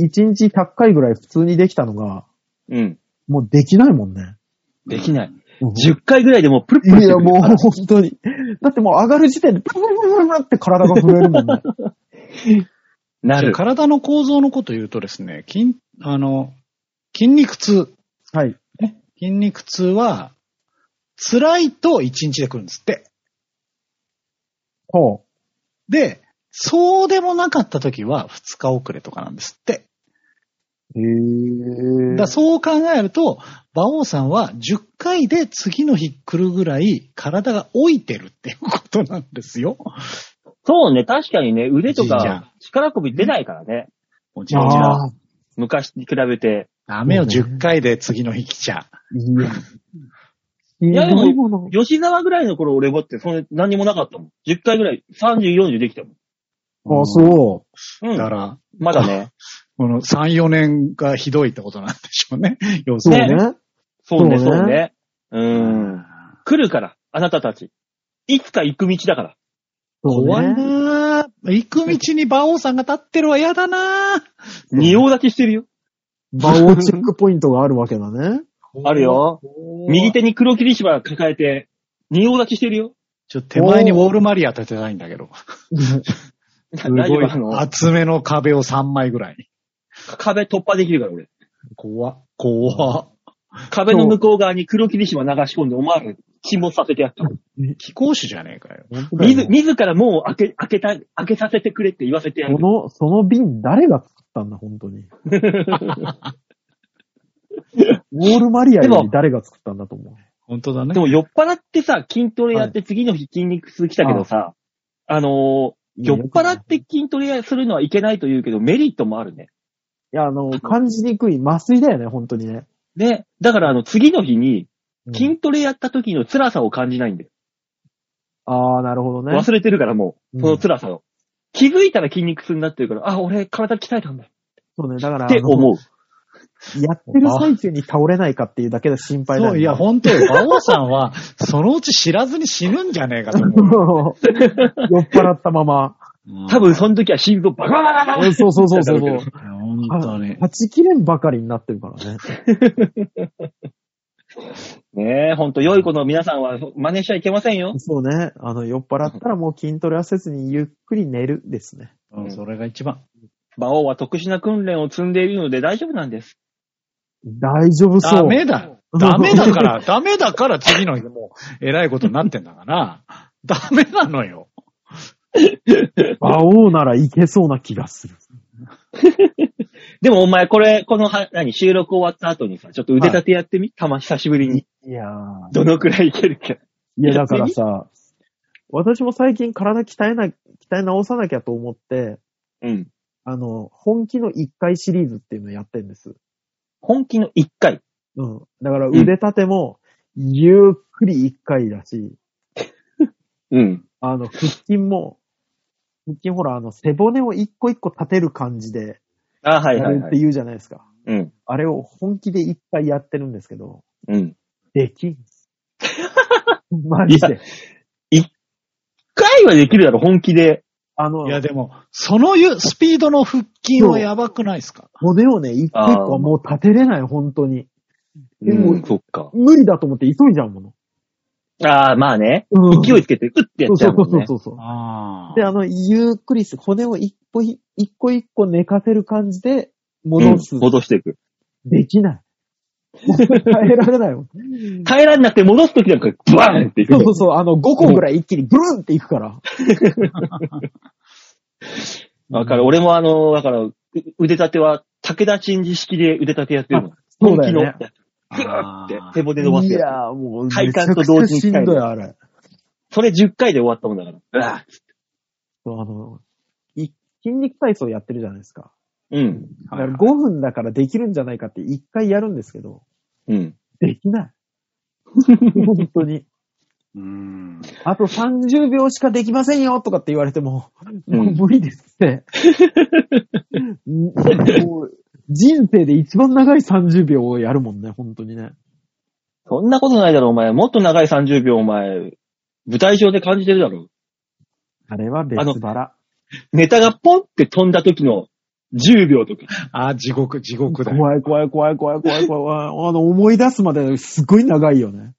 [SPEAKER 2] 1日100回ぐらい普通にできたのが、
[SPEAKER 1] うん。
[SPEAKER 2] もうできないもんね。
[SPEAKER 1] できない。
[SPEAKER 2] うん
[SPEAKER 1] 10回ぐらいでもうプルプル
[SPEAKER 2] い
[SPEAKER 1] してく
[SPEAKER 2] や、
[SPEAKER 1] る
[SPEAKER 2] もう本当に。だってもう上がる時点で、ブルブルブルブルって体が震えるもんね。
[SPEAKER 3] じゃ
[SPEAKER 1] な
[SPEAKER 3] あ
[SPEAKER 1] る。
[SPEAKER 3] 体の構造のこと言うとですね、筋、あの、筋肉痛。
[SPEAKER 2] はい。
[SPEAKER 3] 筋肉痛は、辛いと1日で来るんですって。
[SPEAKER 2] ほ
[SPEAKER 3] で、そうでもなかった時は2日遅れとかなんですって。
[SPEAKER 2] う。へ
[SPEAKER 3] だ
[SPEAKER 2] え
[SPEAKER 3] からそう考えると、馬王さんは10回で次の日来るぐらい体が老いてるっていうことなんですよ。
[SPEAKER 1] そうね、確かにね、腕と
[SPEAKER 3] じいちゃん
[SPEAKER 1] か力こび出ないからね。
[SPEAKER 3] もちろんじゃあ
[SPEAKER 2] ああ、
[SPEAKER 1] 昔に比べて。
[SPEAKER 3] ダメよ、
[SPEAKER 2] そうね
[SPEAKER 3] 10回で次の日来ちゃ。
[SPEAKER 2] いや。
[SPEAKER 1] いやでも
[SPEAKER 2] すごいもの
[SPEAKER 1] 吉沢ぐらいの頃俺もって、それ何もなかったもん。10回ぐらい、30、40できたも
[SPEAKER 2] あ、そう。
[SPEAKER 1] ん。う
[SPEAKER 3] だか
[SPEAKER 1] ん。
[SPEAKER 3] ら、
[SPEAKER 1] まだね。
[SPEAKER 3] この3、4年がひどいってことなんでしょうね。要す
[SPEAKER 2] そう
[SPEAKER 3] るに。
[SPEAKER 2] ね。
[SPEAKER 1] そうね、
[SPEAKER 2] そうね
[SPEAKER 1] そうね。うーん。来るから、あなたたち。いつか行く道だから。
[SPEAKER 2] そう
[SPEAKER 3] 怖い
[SPEAKER 2] ね。
[SPEAKER 3] なぁ。行く道に馬王さんが立ってるは嫌だなぁ。
[SPEAKER 1] 仁王立ちしてるよ。
[SPEAKER 2] 馬王チェックポイントがあるわけだね。
[SPEAKER 1] あるよ。右
[SPEAKER 3] 右手。
[SPEAKER 1] 手に黒霧島抱えて、仁王立ちしてるよ。
[SPEAKER 3] ちょっと手前にウォールマリア立てたいんだけど。
[SPEAKER 1] 大丈夫、あの、
[SPEAKER 3] 厚めの壁を3枚ぐらい。
[SPEAKER 1] 壁突破できるから俺。
[SPEAKER 3] 怖怖
[SPEAKER 1] 壁の向こう側に黒霧島流し込んで、お前ら沈没させてやった。
[SPEAKER 3] 気候種じゃねえかよ。
[SPEAKER 1] みず、自らもう開け、開けた、開けさせてくれって言わせてやる
[SPEAKER 2] こ。の、その瓶誰が作ったんだ、本当に。ウォールマリアより誰が作ったんだと思う。
[SPEAKER 3] 本当だね。
[SPEAKER 1] でも酔っ払ってさ、筋トレやって次の日筋肉痛来たけどさ、あのー酔っ払って筋トレするのはいけないと言うけど、メリットもあるね。
[SPEAKER 2] いや、あの、感じにくい麻酔だよね、本当にね。
[SPEAKER 1] ね。だからあの、次の日に
[SPEAKER 2] うん
[SPEAKER 1] 筋トレやった時の辛さを感じないんだよ。
[SPEAKER 2] ああ、なるほどね。
[SPEAKER 1] 忘れてるからも
[SPEAKER 2] う
[SPEAKER 1] う、
[SPEAKER 2] ん
[SPEAKER 1] その辛さを。気づいたら筋肉痛になってるから、あ、俺体鍛えたんだっ
[SPEAKER 2] そうね、だから、
[SPEAKER 1] て
[SPEAKER 2] あの
[SPEAKER 1] 思う。
[SPEAKER 2] やってる最中に倒れないかっていうだけで心配だよ
[SPEAKER 3] そう、
[SPEAKER 2] ね。
[SPEAKER 3] い や、本当よ。馬王さんは、そのうち知らずに死ぬんじゃねえかと思
[SPEAKER 2] もう酔っ払ったま ま。
[SPEAKER 3] う。
[SPEAKER 1] 多分その時は心臓バカバカバカバカ
[SPEAKER 2] そうそうそうそうそう。
[SPEAKER 3] うん。本当に。
[SPEAKER 2] はちきれんばかりになってるからね。
[SPEAKER 1] ねえ、ほんと、良い子の皆さんは真似しちゃいけませんよ。
[SPEAKER 2] そうね。あの、酔っ払ったらもう筋トレはせずにゆっくり寝るですね。
[SPEAKER 3] うんそれが一番。
[SPEAKER 1] 馬王は特殊な訓練を積んでいるので大丈夫なんです。
[SPEAKER 2] 大丈夫そう。
[SPEAKER 3] ダメだ。ダメだから、ダメだから次の日もう、えらいことになってんだ から、ダメなのよ。
[SPEAKER 2] 馬王ならいけそうな気がする。
[SPEAKER 1] でもお前、これ、このは、何、収録終わった後にさ、ちょっと腕立てやってみ、たま、久しぶりに。
[SPEAKER 2] いや
[SPEAKER 1] どのくらいいけるか。
[SPEAKER 2] いや、だからさ、私も最近体鍛えな、鍛え直さなきゃと思って、
[SPEAKER 1] うん。
[SPEAKER 2] あの、本気の1回シリーズっていうのをやってんです。
[SPEAKER 1] 本気の1回。
[SPEAKER 2] うん。だから腕立ても、ゆっくり1回だし、
[SPEAKER 1] うん。
[SPEAKER 2] あの、腹筋も、腹筋ほら、あの、背骨を一個一個立てる感じで、
[SPEAKER 1] あ、は
[SPEAKER 2] や
[SPEAKER 1] いはい
[SPEAKER 2] るっ
[SPEAKER 1] は
[SPEAKER 2] て
[SPEAKER 1] い。
[SPEAKER 2] 言うじゃないですか。
[SPEAKER 1] うん。
[SPEAKER 2] あれを本気で一回やってるんですけど、
[SPEAKER 1] うん。
[SPEAKER 2] できん。 マジ
[SPEAKER 1] い
[SPEAKER 2] で。
[SPEAKER 1] 1回はできるだろ、本気で。
[SPEAKER 2] あの
[SPEAKER 3] い、や、でも、そのゆスピードの腹筋はやばくないですか
[SPEAKER 2] 骨をね、一個一個はもう立てれない、本当に。でも
[SPEAKER 1] うん、そっか。
[SPEAKER 2] 無理だと思って急いじゃうもの。
[SPEAKER 1] ああ、まあね。
[SPEAKER 2] うん
[SPEAKER 1] 勢いつけて、うってやっち
[SPEAKER 2] そ
[SPEAKER 1] ゃ
[SPEAKER 2] う
[SPEAKER 1] うもん
[SPEAKER 2] そう
[SPEAKER 1] ね
[SPEAKER 2] そ。うそう。
[SPEAKER 3] あ
[SPEAKER 2] で、あの、ゆっくりす、骨を一個一一個一個寝かせる感じで戻す。
[SPEAKER 1] うん戻していく。
[SPEAKER 2] できない。耐えられないもん。
[SPEAKER 1] 耐えられなくて戻すときなんか、ブワーンっていく
[SPEAKER 2] そう。そうそう、あの、5個ぐらい一気にブルンっていくから。
[SPEAKER 1] わかる。俺もあの、だから、う腕立ては、武田鎮治式で腕立てやってるの。
[SPEAKER 2] そうだよね
[SPEAKER 1] 本気の
[SPEAKER 3] あ。
[SPEAKER 1] ぐわって
[SPEAKER 3] あ、ー
[SPEAKER 1] 手骨伸ばす
[SPEAKER 2] い
[SPEAKER 1] やつ
[SPEAKER 2] やーもう、
[SPEAKER 1] 体幹と同時に
[SPEAKER 2] めちゃくちゃしんどい、あれ。
[SPEAKER 1] それ10回で終わったもんだから。うわ
[SPEAKER 2] そうあの、い筋肉体操やってるじゃないですか。
[SPEAKER 1] うん。
[SPEAKER 2] だから5分だからできるんじゃないかって1回やるんですけど、
[SPEAKER 1] うん。
[SPEAKER 2] でき ない。本当に。
[SPEAKER 3] うん。
[SPEAKER 2] あと30秒しかできませんよとかって言われても、
[SPEAKER 1] うん
[SPEAKER 2] もう無理です って。もう人生で一番長い30秒をやるもんね、本当にね。
[SPEAKER 1] そんなことないだろ、お前。もっと長い30秒、お前。舞台上で感じてるだろ。
[SPEAKER 2] あれは別腹。
[SPEAKER 1] ネタがポンって飛んだ時の10秒とか。
[SPEAKER 3] あー、地獄、地獄だよ。
[SPEAKER 2] 怖い怖い怖い怖い怖い怖い。あの、思い出すまですごい長いよね。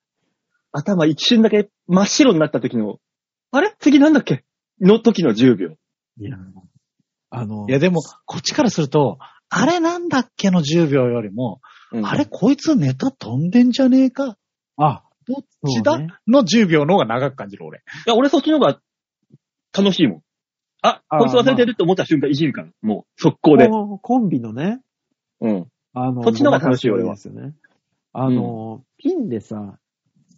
[SPEAKER 1] 頭一瞬だけ真っ白になった時の、あれ次なんだっけの時の10秒。
[SPEAKER 2] いや、あの、
[SPEAKER 3] いや、でも、こっちからすると、あれなんだっけの10秒よりも、
[SPEAKER 1] うん
[SPEAKER 3] あれこいつネタ飛んでんじゃねえか
[SPEAKER 2] あ、
[SPEAKER 3] どっちだ、
[SPEAKER 2] そうね
[SPEAKER 3] の10秒の方が長く感じる、俺。
[SPEAKER 1] いや、俺そっちの方が楽しいもん。あ、
[SPEAKER 2] あー
[SPEAKER 1] こいつ忘れてるって思った瞬間いじるから。もう、速
[SPEAKER 2] こ
[SPEAKER 1] 攻で。
[SPEAKER 2] のコンビのね、
[SPEAKER 1] うん。
[SPEAKER 2] あの、
[SPEAKER 1] こっちの方が楽しい俺は
[SPEAKER 2] ですよね。あの、ピンでさ、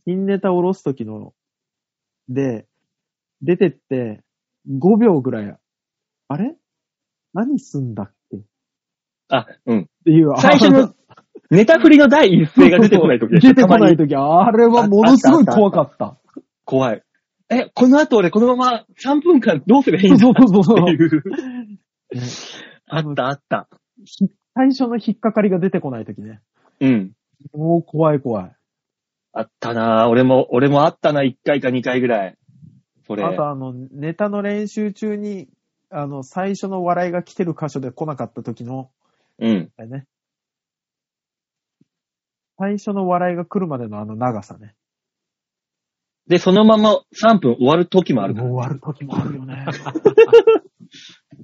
[SPEAKER 2] ピンネタを下ろすときの、で、出てって、5秒ぐらい、あれ何すんだっけっ
[SPEAKER 1] あ、うん。
[SPEAKER 2] ていう、
[SPEAKER 1] 最初のネタ振りの第一声が出てこない時でしょ
[SPEAKER 2] 出てこない
[SPEAKER 1] たまに
[SPEAKER 2] とき、あれはものすごい怖かった。
[SPEAKER 1] 怖い。え、この後俺このまま3分間どうすればいい
[SPEAKER 2] そ
[SPEAKER 1] ん
[SPEAKER 2] う
[SPEAKER 1] だ
[SPEAKER 2] そ
[SPEAKER 1] っ
[SPEAKER 2] うそう。
[SPEAKER 1] ていう。 あ
[SPEAKER 2] あ
[SPEAKER 1] っ
[SPEAKER 2] の
[SPEAKER 1] たあった。
[SPEAKER 2] 最初の引っかかりが出てこないときね。
[SPEAKER 1] うん。
[SPEAKER 2] もう怖い怖い。
[SPEAKER 1] あったな俺も、俺もあったな1回か2回ぐらい。それ。
[SPEAKER 2] あとあの、ネタの練習中に、あの、最初の笑いが来てる箇所で来なかった時の、
[SPEAKER 1] うん。
[SPEAKER 2] あれね。最初の笑いが来るまでのあの長さね。
[SPEAKER 1] で、そのまま3分終わる時もあるから
[SPEAKER 2] 終わる時もあるよ ね。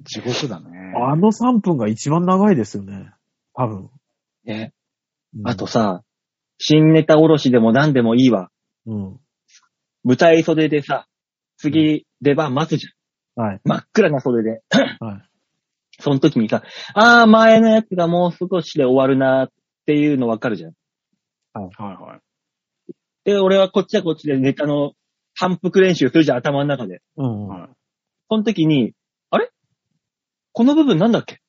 [SPEAKER 3] 地獄だね。
[SPEAKER 2] あの3分が一番長いですよね。多分。
[SPEAKER 1] ね。
[SPEAKER 2] うん
[SPEAKER 1] あと、さ、新ネタおろしでも何でもいいわ。
[SPEAKER 2] うん。
[SPEAKER 1] 舞台袖でさ、次出番待つじゃん。
[SPEAKER 2] はい。
[SPEAKER 1] 真っ暗な袖で。
[SPEAKER 2] はい。
[SPEAKER 1] その時にさ、あー前のやつがもう少しで終わるなっていうのわかるじゃん。
[SPEAKER 3] はいはい。
[SPEAKER 1] で、俺はこっちはこっちでネタの反復練習するじゃん、頭の中で。
[SPEAKER 2] うん。
[SPEAKER 3] はい
[SPEAKER 1] その時に、あれこの部分なんだっけ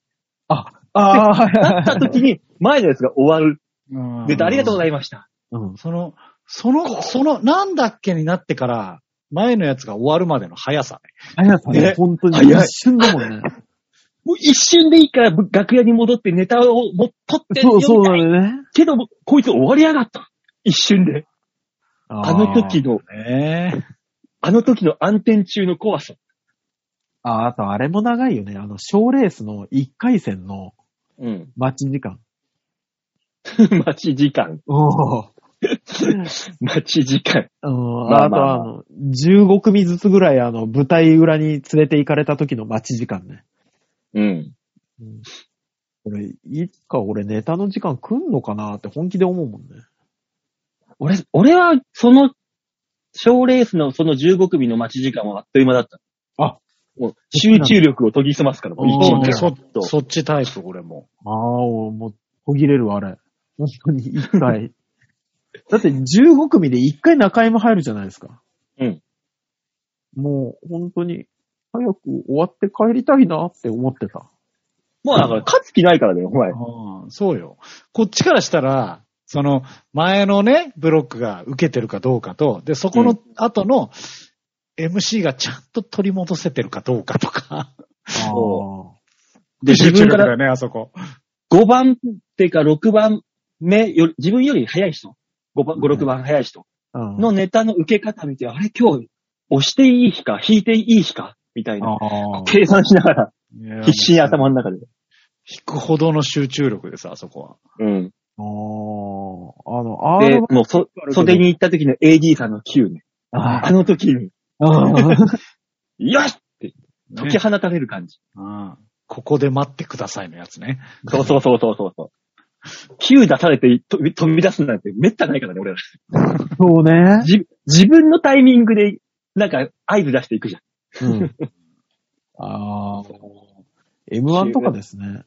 [SPEAKER 2] ああ、はい
[SPEAKER 1] な
[SPEAKER 2] は
[SPEAKER 1] っ
[SPEAKER 2] い
[SPEAKER 1] た時に、前のやつが終わる。
[SPEAKER 3] うん
[SPEAKER 1] ネタありがとうございました。
[SPEAKER 2] うん。
[SPEAKER 3] その、その、その、なんだっけになってから、前のやつが終わるまでの速さね。
[SPEAKER 2] 早さね
[SPEAKER 3] ね、
[SPEAKER 2] 本当に
[SPEAKER 1] 早い
[SPEAKER 2] 一瞬だもんね。
[SPEAKER 1] もう一瞬でいいからぶ楽屋に戻ってネタをも取って
[SPEAKER 2] そう、そう
[SPEAKER 1] 読み
[SPEAKER 2] な
[SPEAKER 1] た
[SPEAKER 2] ん
[SPEAKER 1] い
[SPEAKER 2] だよね。
[SPEAKER 1] けど、こいつ終わりやがった。一瞬で。あ
[SPEAKER 2] あ
[SPEAKER 1] の時
[SPEAKER 2] ー。
[SPEAKER 1] の、
[SPEAKER 3] ねえ。
[SPEAKER 1] あの時の暗転中の怖さ。
[SPEAKER 2] あー、あとあれも長いよね。あの、賞レースの1回戦の
[SPEAKER 1] うん。
[SPEAKER 2] 待ち時間。
[SPEAKER 1] 待ち時間。
[SPEAKER 2] おー。
[SPEAKER 1] 待ち時間。
[SPEAKER 2] うん
[SPEAKER 1] ま
[SPEAKER 2] あ
[SPEAKER 1] あ
[SPEAKER 2] と
[SPEAKER 1] まあ
[SPEAKER 2] はあの、15組ずつぐらいあの、舞台裏に連れて行かれた時の待ち時間ね。
[SPEAKER 1] うん。
[SPEAKER 2] これ、いつか俺ネタの時間来んのかなって本気で思うもんね。
[SPEAKER 1] 俺、俺は、その、賞レースのその15組の待ち時間はあっという間だった。
[SPEAKER 2] あ
[SPEAKER 1] もう集中力を研ぎ澄ますから、もう一
[SPEAKER 2] そう
[SPEAKER 1] 気
[SPEAKER 2] ね
[SPEAKER 1] に。
[SPEAKER 3] そ
[SPEAKER 1] と
[SPEAKER 3] そっちタイプ、俺も。
[SPEAKER 2] ああ、俺もう、途切れるわ、あれ。本当に一回。だって15組で一回中山入るじゃないですか。
[SPEAKER 1] うん。
[SPEAKER 2] もう、本当に、早く終わって帰りたいなって思ってた。
[SPEAKER 1] もうだから、勝つ気ないからだよ、お前。
[SPEAKER 3] うんそうよ。こっちからしたら、その、前のね、ブロックが受けてるかどうかと、で、そこ
[SPEAKER 1] う
[SPEAKER 3] の後の、MC がちゃんと取り戻せてるかどうかとか。
[SPEAKER 2] そ
[SPEAKER 1] で、自分か
[SPEAKER 3] だ
[SPEAKER 1] ら
[SPEAKER 3] よね、あそこ。
[SPEAKER 1] 5番ってか6番目より、自分より早い人、5番、5、6番早い人
[SPEAKER 2] う。うん。
[SPEAKER 1] のネタの受け方見て、あれ今日押していい日か、引いていい日か、みたいな。
[SPEAKER 2] ああ。
[SPEAKER 1] 計算しながら、必死に頭
[SPEAKER 3] に。
[SPEAKER 1] の中で。
[SPEAKER 3] 引くほどの集中力です、あそこは。
[SPEAKER 1] うん。
[SPEAKER 2] あーあの、
[SPEAKER 1] で、
[SPEAKER 2] R1
[SPEAKER 1] もうそ、袖に行った時の AD さんの Q ね。
[SPEAKER 2] あ
[SPEAKER 1] あの時に、
[SPEAKER 2] あ。
[SPEAKER 1] よし
[SPEAKER 3] ね
[SPEAKER 1] 解き放たれる感じ。
[SPEAKER 3] うんここで待ってくださいのやつね。
[SPEAKER 1] そうそうそうそうそうそう。Q 出されてと飛び出すなんてめったないからね、俺ら。
[SPEAKER 2] そうね。
[SPEAKER 1] じ自分のタイミングで、なんか合図出していくじゃん。
[SPEAKER 2] うん。ああ。M1 とかですね。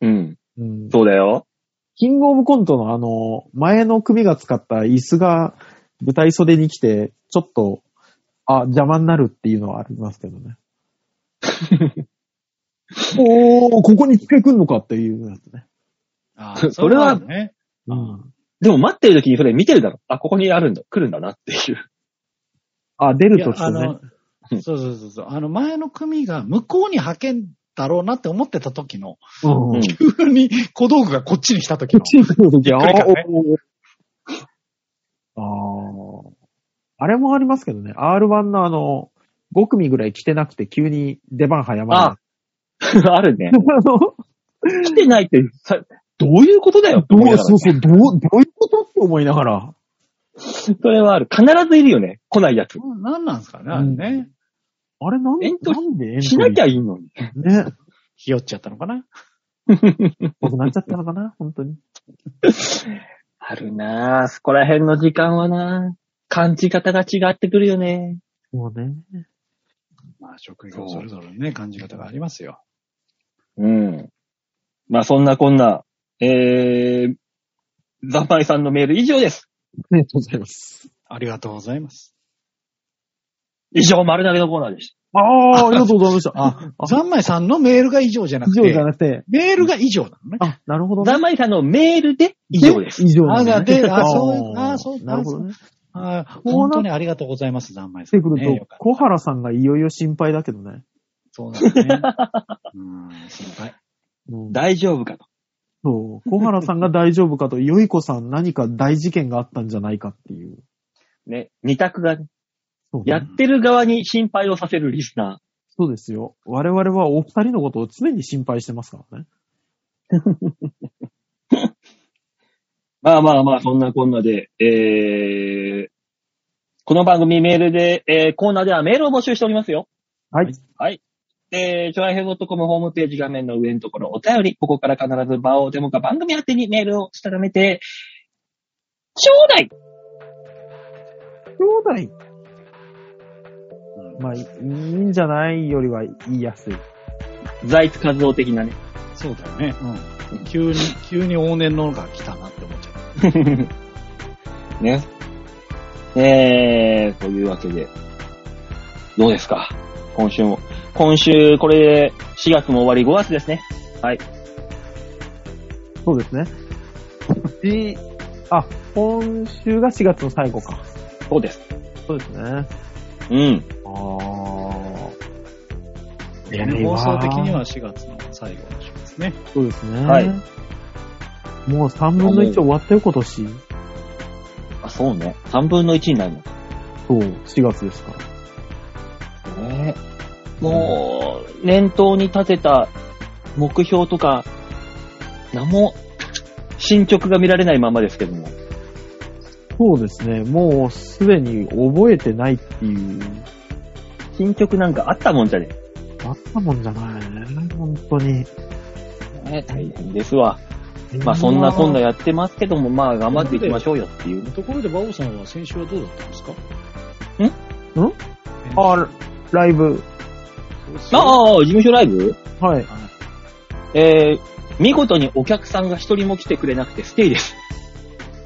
[SPEAKER 1] うん。
[SPEAKER 2] うん。
[SPEAKER 1] そうだよ。
[SPEAKER 2] キングオブコントのあの、前の組が使った椅子が舞台袖に来て、ちょっと、あ、邪魔になるっていうのはありますけどね。 おー、ここに付けくんのかっていうやつね。
[SPEAKER 3] あ
[SPEAKER 1] そ
[SPEAKER 3] ー
[SPEAKER 1] それは
[SPEAKER 3] うだね。
[SPEAKER 2] うん。
[SPEAKER 1] でも待ってる時にそれ見てるだろ。あ、ここにあるんだ。来るんだなっていう。
[SPEAKER 2] あ、出
[SPEAKER 3] い
[SPEAKER 2] る
[SPEAKER 3] や
[SPEAKER 2] として
[SPEAKER 3] あ
[SPEAKER 2] ね
[SPEAKER 3] の。、そうそうそうそう。あの、前の組が向こうに派遣だろうなって思ってた時の、
[SPEAKER 2] うん。
[SPEAKER 1] うん
[SPEAKER 3] 急に小道具がこっちに来た時
[SPEAKER 2] こっ
[SPEAKER 3] の。
[SPEAKER 2] ちに来るとき、あ
[SPEAKER 3] っくり感ね
[SPEAKER 2] ーあー。あれもありますけどね。R1 のあの、5組ぐらい来てなくて急に出番早ま る。
[SPEAKER 1] あるね。
[SPEAKER 2] あの、
[SPEAKER 1] 来てないって、さどういうことだよって
[SPEAKER 2] ど、
[SPEAKER 1] 思いうながら
[SPEAKER 2] そうそう、どう、どういうことって思いながら。
[SPEAKER 1] それはある。必ずいるよね。来ないやつ。
[SPEAKER 3] 何なんですかね、あれね。
[SPEAKER 2] あれなんで、
[SPEAKER 1] エントリー
[SPEAKER 2] なんでエントリー
[SPEAKER 1] しなきゃいいのに。
[SPEAKER 2] ね。
[SPEAKER 3] ひよっちゃったのかな
[SPEAKER 2] 僕なっちゃったのかな、本当に。
[SPEAKER 1] あるなぁ。そこら辺の時間はなぁ。感じ方が違ってくるよね。
[SPEAKER 2] そうね。
[SPEAKER 3] まあ、職業それぞれね、感じ方がありますよ。
[SPEAKER 1] うん。まあそんなこんな、えー、ザンパイさんのメール以上です。
[SPEAKER 2] ありがとうございます。
[SPEAKER 3] ありがとうございます。
[SPEAKER 1] 以上、丸投げのコーナーでした。
[SPEAKER 2] ああ、ありがとうございました。あ、あ
[SPEAKER 3] ざんまいさんのメールが以上じゃな
[SPEAKER 2] 以
[SPEAKER 3] く
[SPEAKER 2] 上じ
[SPEAKER 3] て、
[SPEAKER 2] ゃなくて、
[SPEAKER 3] メールが以上なのね。
[SPEAKER 2] あ、なるほどね
[SPEAKER 1] ザンパイさんのメールで以上です。
[SPEAKER 2] 以上なんだ
[SPEAKER 3] あであ
[SPEAKER 2] ー
[SPEAKER 3] そうあそう
[SPEAKER 2] なるほどね。
[SPEAKER 3] あー
[SPEAKER 2] こうな
[SPEAKER 3] 本当にありがとうございます、ざんまい
[SPEAKER 2] し
[SPEAKER 3] さん
[SPEAKER 2] て
[SPEAKER 3] ね。
[SPEAKER 2] くる
[SPEAKER 3] よ
[SPEAKER 2] と
[SPEAKER 3] かっ、た
[SPEAKER 2] 小原さんがいよいよ心配だけどね。
[SPEAKER 3] そうなんだね。 うん、心配。
[SPEAKER 2] うん
[SPEAKER 1] 大丈夫かと。
[SPEAKER 2] そう。小原さんが大丈夫かと、よい子さん何か大事件があったんじゃないかっていう。
[SPEAKER 1] ね。二択がね、
[SPEAKER 2] そうね
[SPEAKER 1] やってる側に心配をさせるリスナー。
[SPEAKER 2] そうですよ。我々はお二人のことを常に心配してますからね。
[SPEAKER 1] まあまあまあ、そんなこんなで、えー、この番組メールで、えー、コーナーではメールを募集しておりますよ。
[SPEAKER 2] はい。
[SPEAKER 1] えー、ちょいへい .com ホームページ画面の上のところお便り、ここから必ず場をデモか番組宛てにメールをしたためて、ちょうだい
[SPEAKER 2] 兄弟。
[SPEAKER 3] うん
[SPEAKER 2] まあ、いいいんじゃないよりは言いやすい。
[SPEAKER 1] 在津活動的なね。
[SPEAKER 3] そうだよね。うん。急に、急に往年のが来たなって思っちゃう。
[SPEAKER 1] ね。えー、というわけで、どうですか今週も。今週、これで4月も終わり5月ですね。はい。
[SPEAKER 2] そうですね。いあ、今週が4月の最後か。
[SPEAKER 1] そうです。
[SPEAKER 2] そうですね。あ
[SPEAKER 1] うん。
[SPEAKER 2] あ。
[SPEAKER 3] 放送的には4月の最後の週ですね。
[SPEAKER 2] そうですね。
[SPEAKER 1] はい
[SPEAKER 2] もう3分の1終わったよ、今年。
[SPEAKER 1] あ、そうね。3分の1になるの。
[SPEAKER 2] そう、4月ですから。
[SPEAKER 1] ねもう、念頭に立てた目標とか、何も、進捗が見られないままですけども。
[SPEAKER 2] そうですね。もうすでに覚えてないっていう、
[SPEAKER 1] 進捗なんかあったもんじゃね
[SPEAKER 2] あったもんじゃないね。本当に。
[SPEAKER 1] え。ね大変ですわ。まあそんなこんなやってますけども、まあ頑張っていきましょうよっていう。
[SPEAKER 3] ところで、バオさんは先週はどうだったんですか
[SPEAKER 2] あ、ライブ。
[SPEAKER 1] ああ、事務所ライブ
[SPEAKER 2] はい。
[SPEAKER 1] えー、見事にお客さんが一人も来てくれなくてステイです。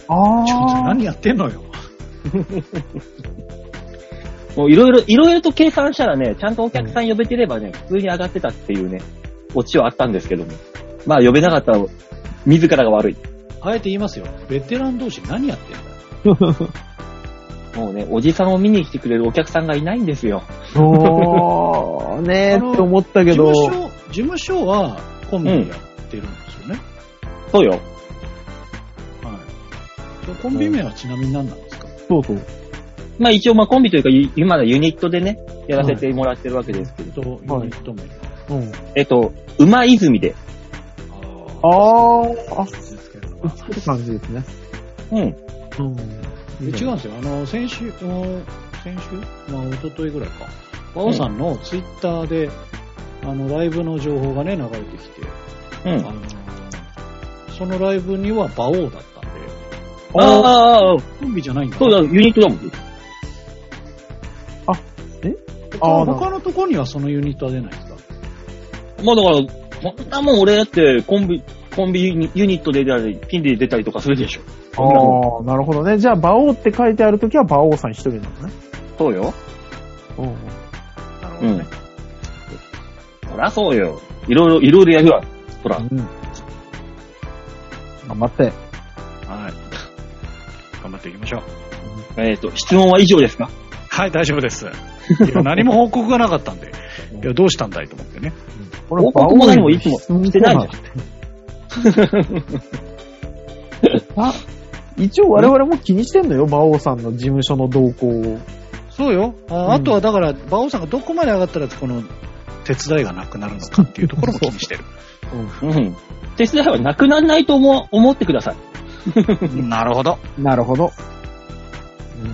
[SPEAKER 2] あ
[SPEAKER 3] ちょっと
[SPEAKER 2] あ。
[SPEAKER 3] 何やってんのよ。
[SPEAKER 1] もういろいろ、いろいろと計算したらね、ちゃんとお客さん呼べてればね、普通に上がってたっていうね、オチはあったんですけども。まあ呼べなかったら、自らが悪い。
[SPEAKER 3] あえて言いますよ。ベテラン同士何やってんだよ。
[SPEAKER 1] もうね、おじさんを見に来てくれるお客さんがいないんですよ。
[SPEAKER 2] そう、ねえ
[SPEAKER 3] あ
[SPEAKER 2] っ
[SPEAKER 3] の
[SPEAKER 2] て思ったけど
[SPEAKER 3] 事、務所、事務所はコンビでやってるんですよね。
[SPEAKER 1] そうよ。
[SPEAKER 3] はい。コンビ名はちなみに何なんですか、
[SPEAKER 2] そうそう。
[SPEAKER 1] まあ一応まあコンビというかゆ、今のユニットでね、やらせてもらってるわけですけど。
[SPEAKER 3] と、ユニット名。
[SPEAKER 2] うん。
[SPEAKER 1] えっと、馬泉で。
[SPEAKER 3] あ
[SPEAKER 2] ああ、あ、
[SPEAKER 3] ーですけれど
[SPEAKER 2] 映
[SPEAKER 3] も
[SPEAKER 2] ってる感じですね。
[SPEAKER 1] うん。
[SPEAKER 2] うん。
[SPEAKER 3] で違うんですよ。あの、先週、あの先週まあ、一昨日ぐらいか。バオさんのツイッターで、あの、ライブの情報がね、流れてきて、
[SPEAKER 1] うん。
[SPEAKER 3] あ
[SPEAKER 1] あ
[SPEAKER 3] の、そのライブには馬王だったんで、
[SPEAKER 2] あ
[SPEAKER 1] あー、
[SPEAKER 3] コンビじゃないんだ。
[SPEAKER 1] そうだ、ユニットだもん。
[SPEAKER 2] あ
[SPEAKER 3] 他
[SPEAKER 2] ー
[SPEAKER 3] 他のところにはそのユニットは出ないんですか
[SPEAKER 1] まあだから、こんなもん俺だってコンビ、コンビユニユニットで出たり、ピンで出たりとかするでしょ。
[SPEAKER 2] ああ、なるほどね。じゃあ、馬王って書いてあるときは馬王さん一人なのね。
[SPEAKER 1] そうよ。
[SPEAKER 2] う
[SPEAKER 3] なるほ
[SPEAKER 1] う
[SPEAKER 3] ど
[SPEAKER 1] ん
[SPEAKER 3] ね。。
[SPEAKER 1] そらそうよ。いろいろ、いろいろやるわ。ほら。
[SPEAKER 2] ん。頑張って。
[SPEAKER 3] はい。 頑張っていきましょう。
[SPEAKER 1] えっ、と、質問は以上ですか
[SPEAKER 3] はい、大丈夫 です。いや、何も報告がなかったんで、いや、どうしたんだいと思ってね。
[SPEAKER 2] 俺
[SPEAKER 1] 報告も何もいつもしてないじ
[SPEAKER 2] ゃん。 あ、一応我々も気にしてんのよ、馬王さんの事務所の動向を。
[SPEAKER 3] そうよ。
[SPEAKER 2] うん
[SPEAKER 3] ああとはだから、馬王さんがどこまで上がったら、この、手伝いがなくなるのかっていうところも気にしてる。
[SPEAKER 1] うん。手伝いはなくならないと思、思ってください。
[SPEAKER 3] なるほど。
[SPEAKER 2] なるほど。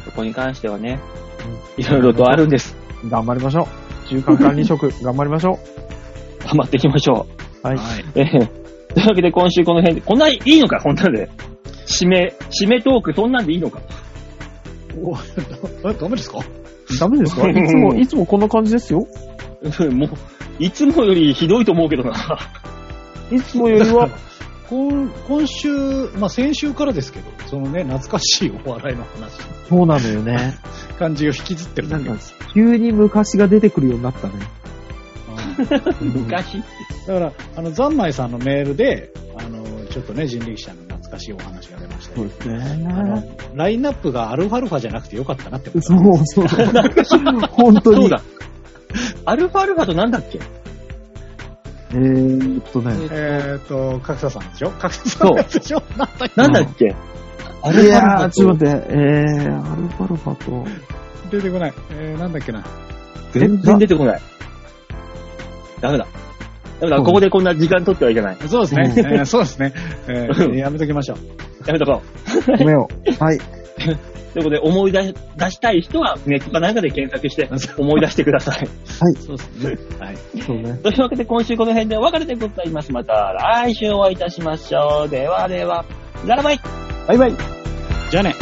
[SPEAKER 1] そこに関してはね、いろいろとあるんです。
[SPEAKER 2] うん頑張りましょう。中間管理 職、頑張りましょ
[SPEAKER 1] 頑張っていきましょ
[SPEAKER 2] う。はい。
[SPEAKER 3] はい。
[SPEAKER 1] う。えーというわけで今週この辺で、こんないいのかこんなんで。締め、締めトーク、そんなんでいいのか
[SPEAKER 3] おえ、ダメですか
[SPEAKER 2] ダメ ですかいつも、いつもこんな感じですよ。
[SPEAKER 1] うんもう、いつもよりひどいと思うけどな。
[SPEAKER 2] いつもよりは、
[SPEAKER 3] 今今週、まあ、先週からですけど、そのね、懐かしいお笑いの話、
[SPEAKER 2] そうなのよね。
[SPEAKER 3] 感じを引きずってる
[SPEAKER 2] な
[SPEAKER 3] だ
[SPEAKER 2] ん
[SPEAKER 3] け
[SPEAKER 2] か
[SPEAKER 3] です。、
[SPEAKER 2] 急に昔が出てくるようになったね。
[SPEAKER 3] うんだ
[SPEAKER 1] 昔
[SPEAKER 3] から、あの、ざんまいさんのメールで、あの、ちょっとね、人力車の懐かしいお話が出ましたけ
[SPEAKER 2] そう
[SPEAKER 3] ど、
[SPEAKER 2] です
[SPEAKER 3] あ
[SPEAKER 2] ね。
[SPEAKER 3] の、ラインナップがアルファルファじゃなくてよかったなって思った。
[SPEAKER 2] そうそう。本当
[SPEAKER 1] そう
[SPEAKER 2] に。
[SPEAKER 1] だ。アルファアルファとなんだっけ
[SPEAKER 2] えーっとね。
[SPEAKER 3] えーっと、角田さんでしょ角田さんのやつでしょなんだっけ
[SPEAKER 1] なんだっけ、アル
[SPEAKER 2] い
[SPEAKER 1] ファ
[SPEAKER 2] や
[SPEAKER 1] ア
[SPEAKER 2] ー、
[SPEAKER 1] ル
[SPEAKER 2] ち
[SPEAKER 1] フ
[SPEAKER 2] ょっ
[SPEAKER 1] ァと
[SPEAKER 2] と待って、えー、アルファルファと、
[SPEAKER 3] 出てこない。えー、なんだっけな。
[SPEAKER 1] 全然出てこない。ダメだ。ダメだ、
[SPEAKER 2] うん
[SPEAKER 1] ここでこんな時間取ってはいけない。
[SPEAKER 3] そうですね。えーそうですね。え ー、やめときましょう。
[SPEAKER 1] やめとこう。
[SPEAKER 2] ごめんよ。はい。
[SPEAKER 1] ということで、思い出し出したい人はネットかなんかで検索して思い出してください。
[SPEAKER 3] そうですね。はい。
[SPEAKER 2] そうね。
[SPEAKER 1] というわけで、今週この辺でお別れでございます。また来週お会いいたしましょう。ではでは、ララバイ
[SPEAKER 2] バイバイ。
[SPEAKER 3] じゃあね。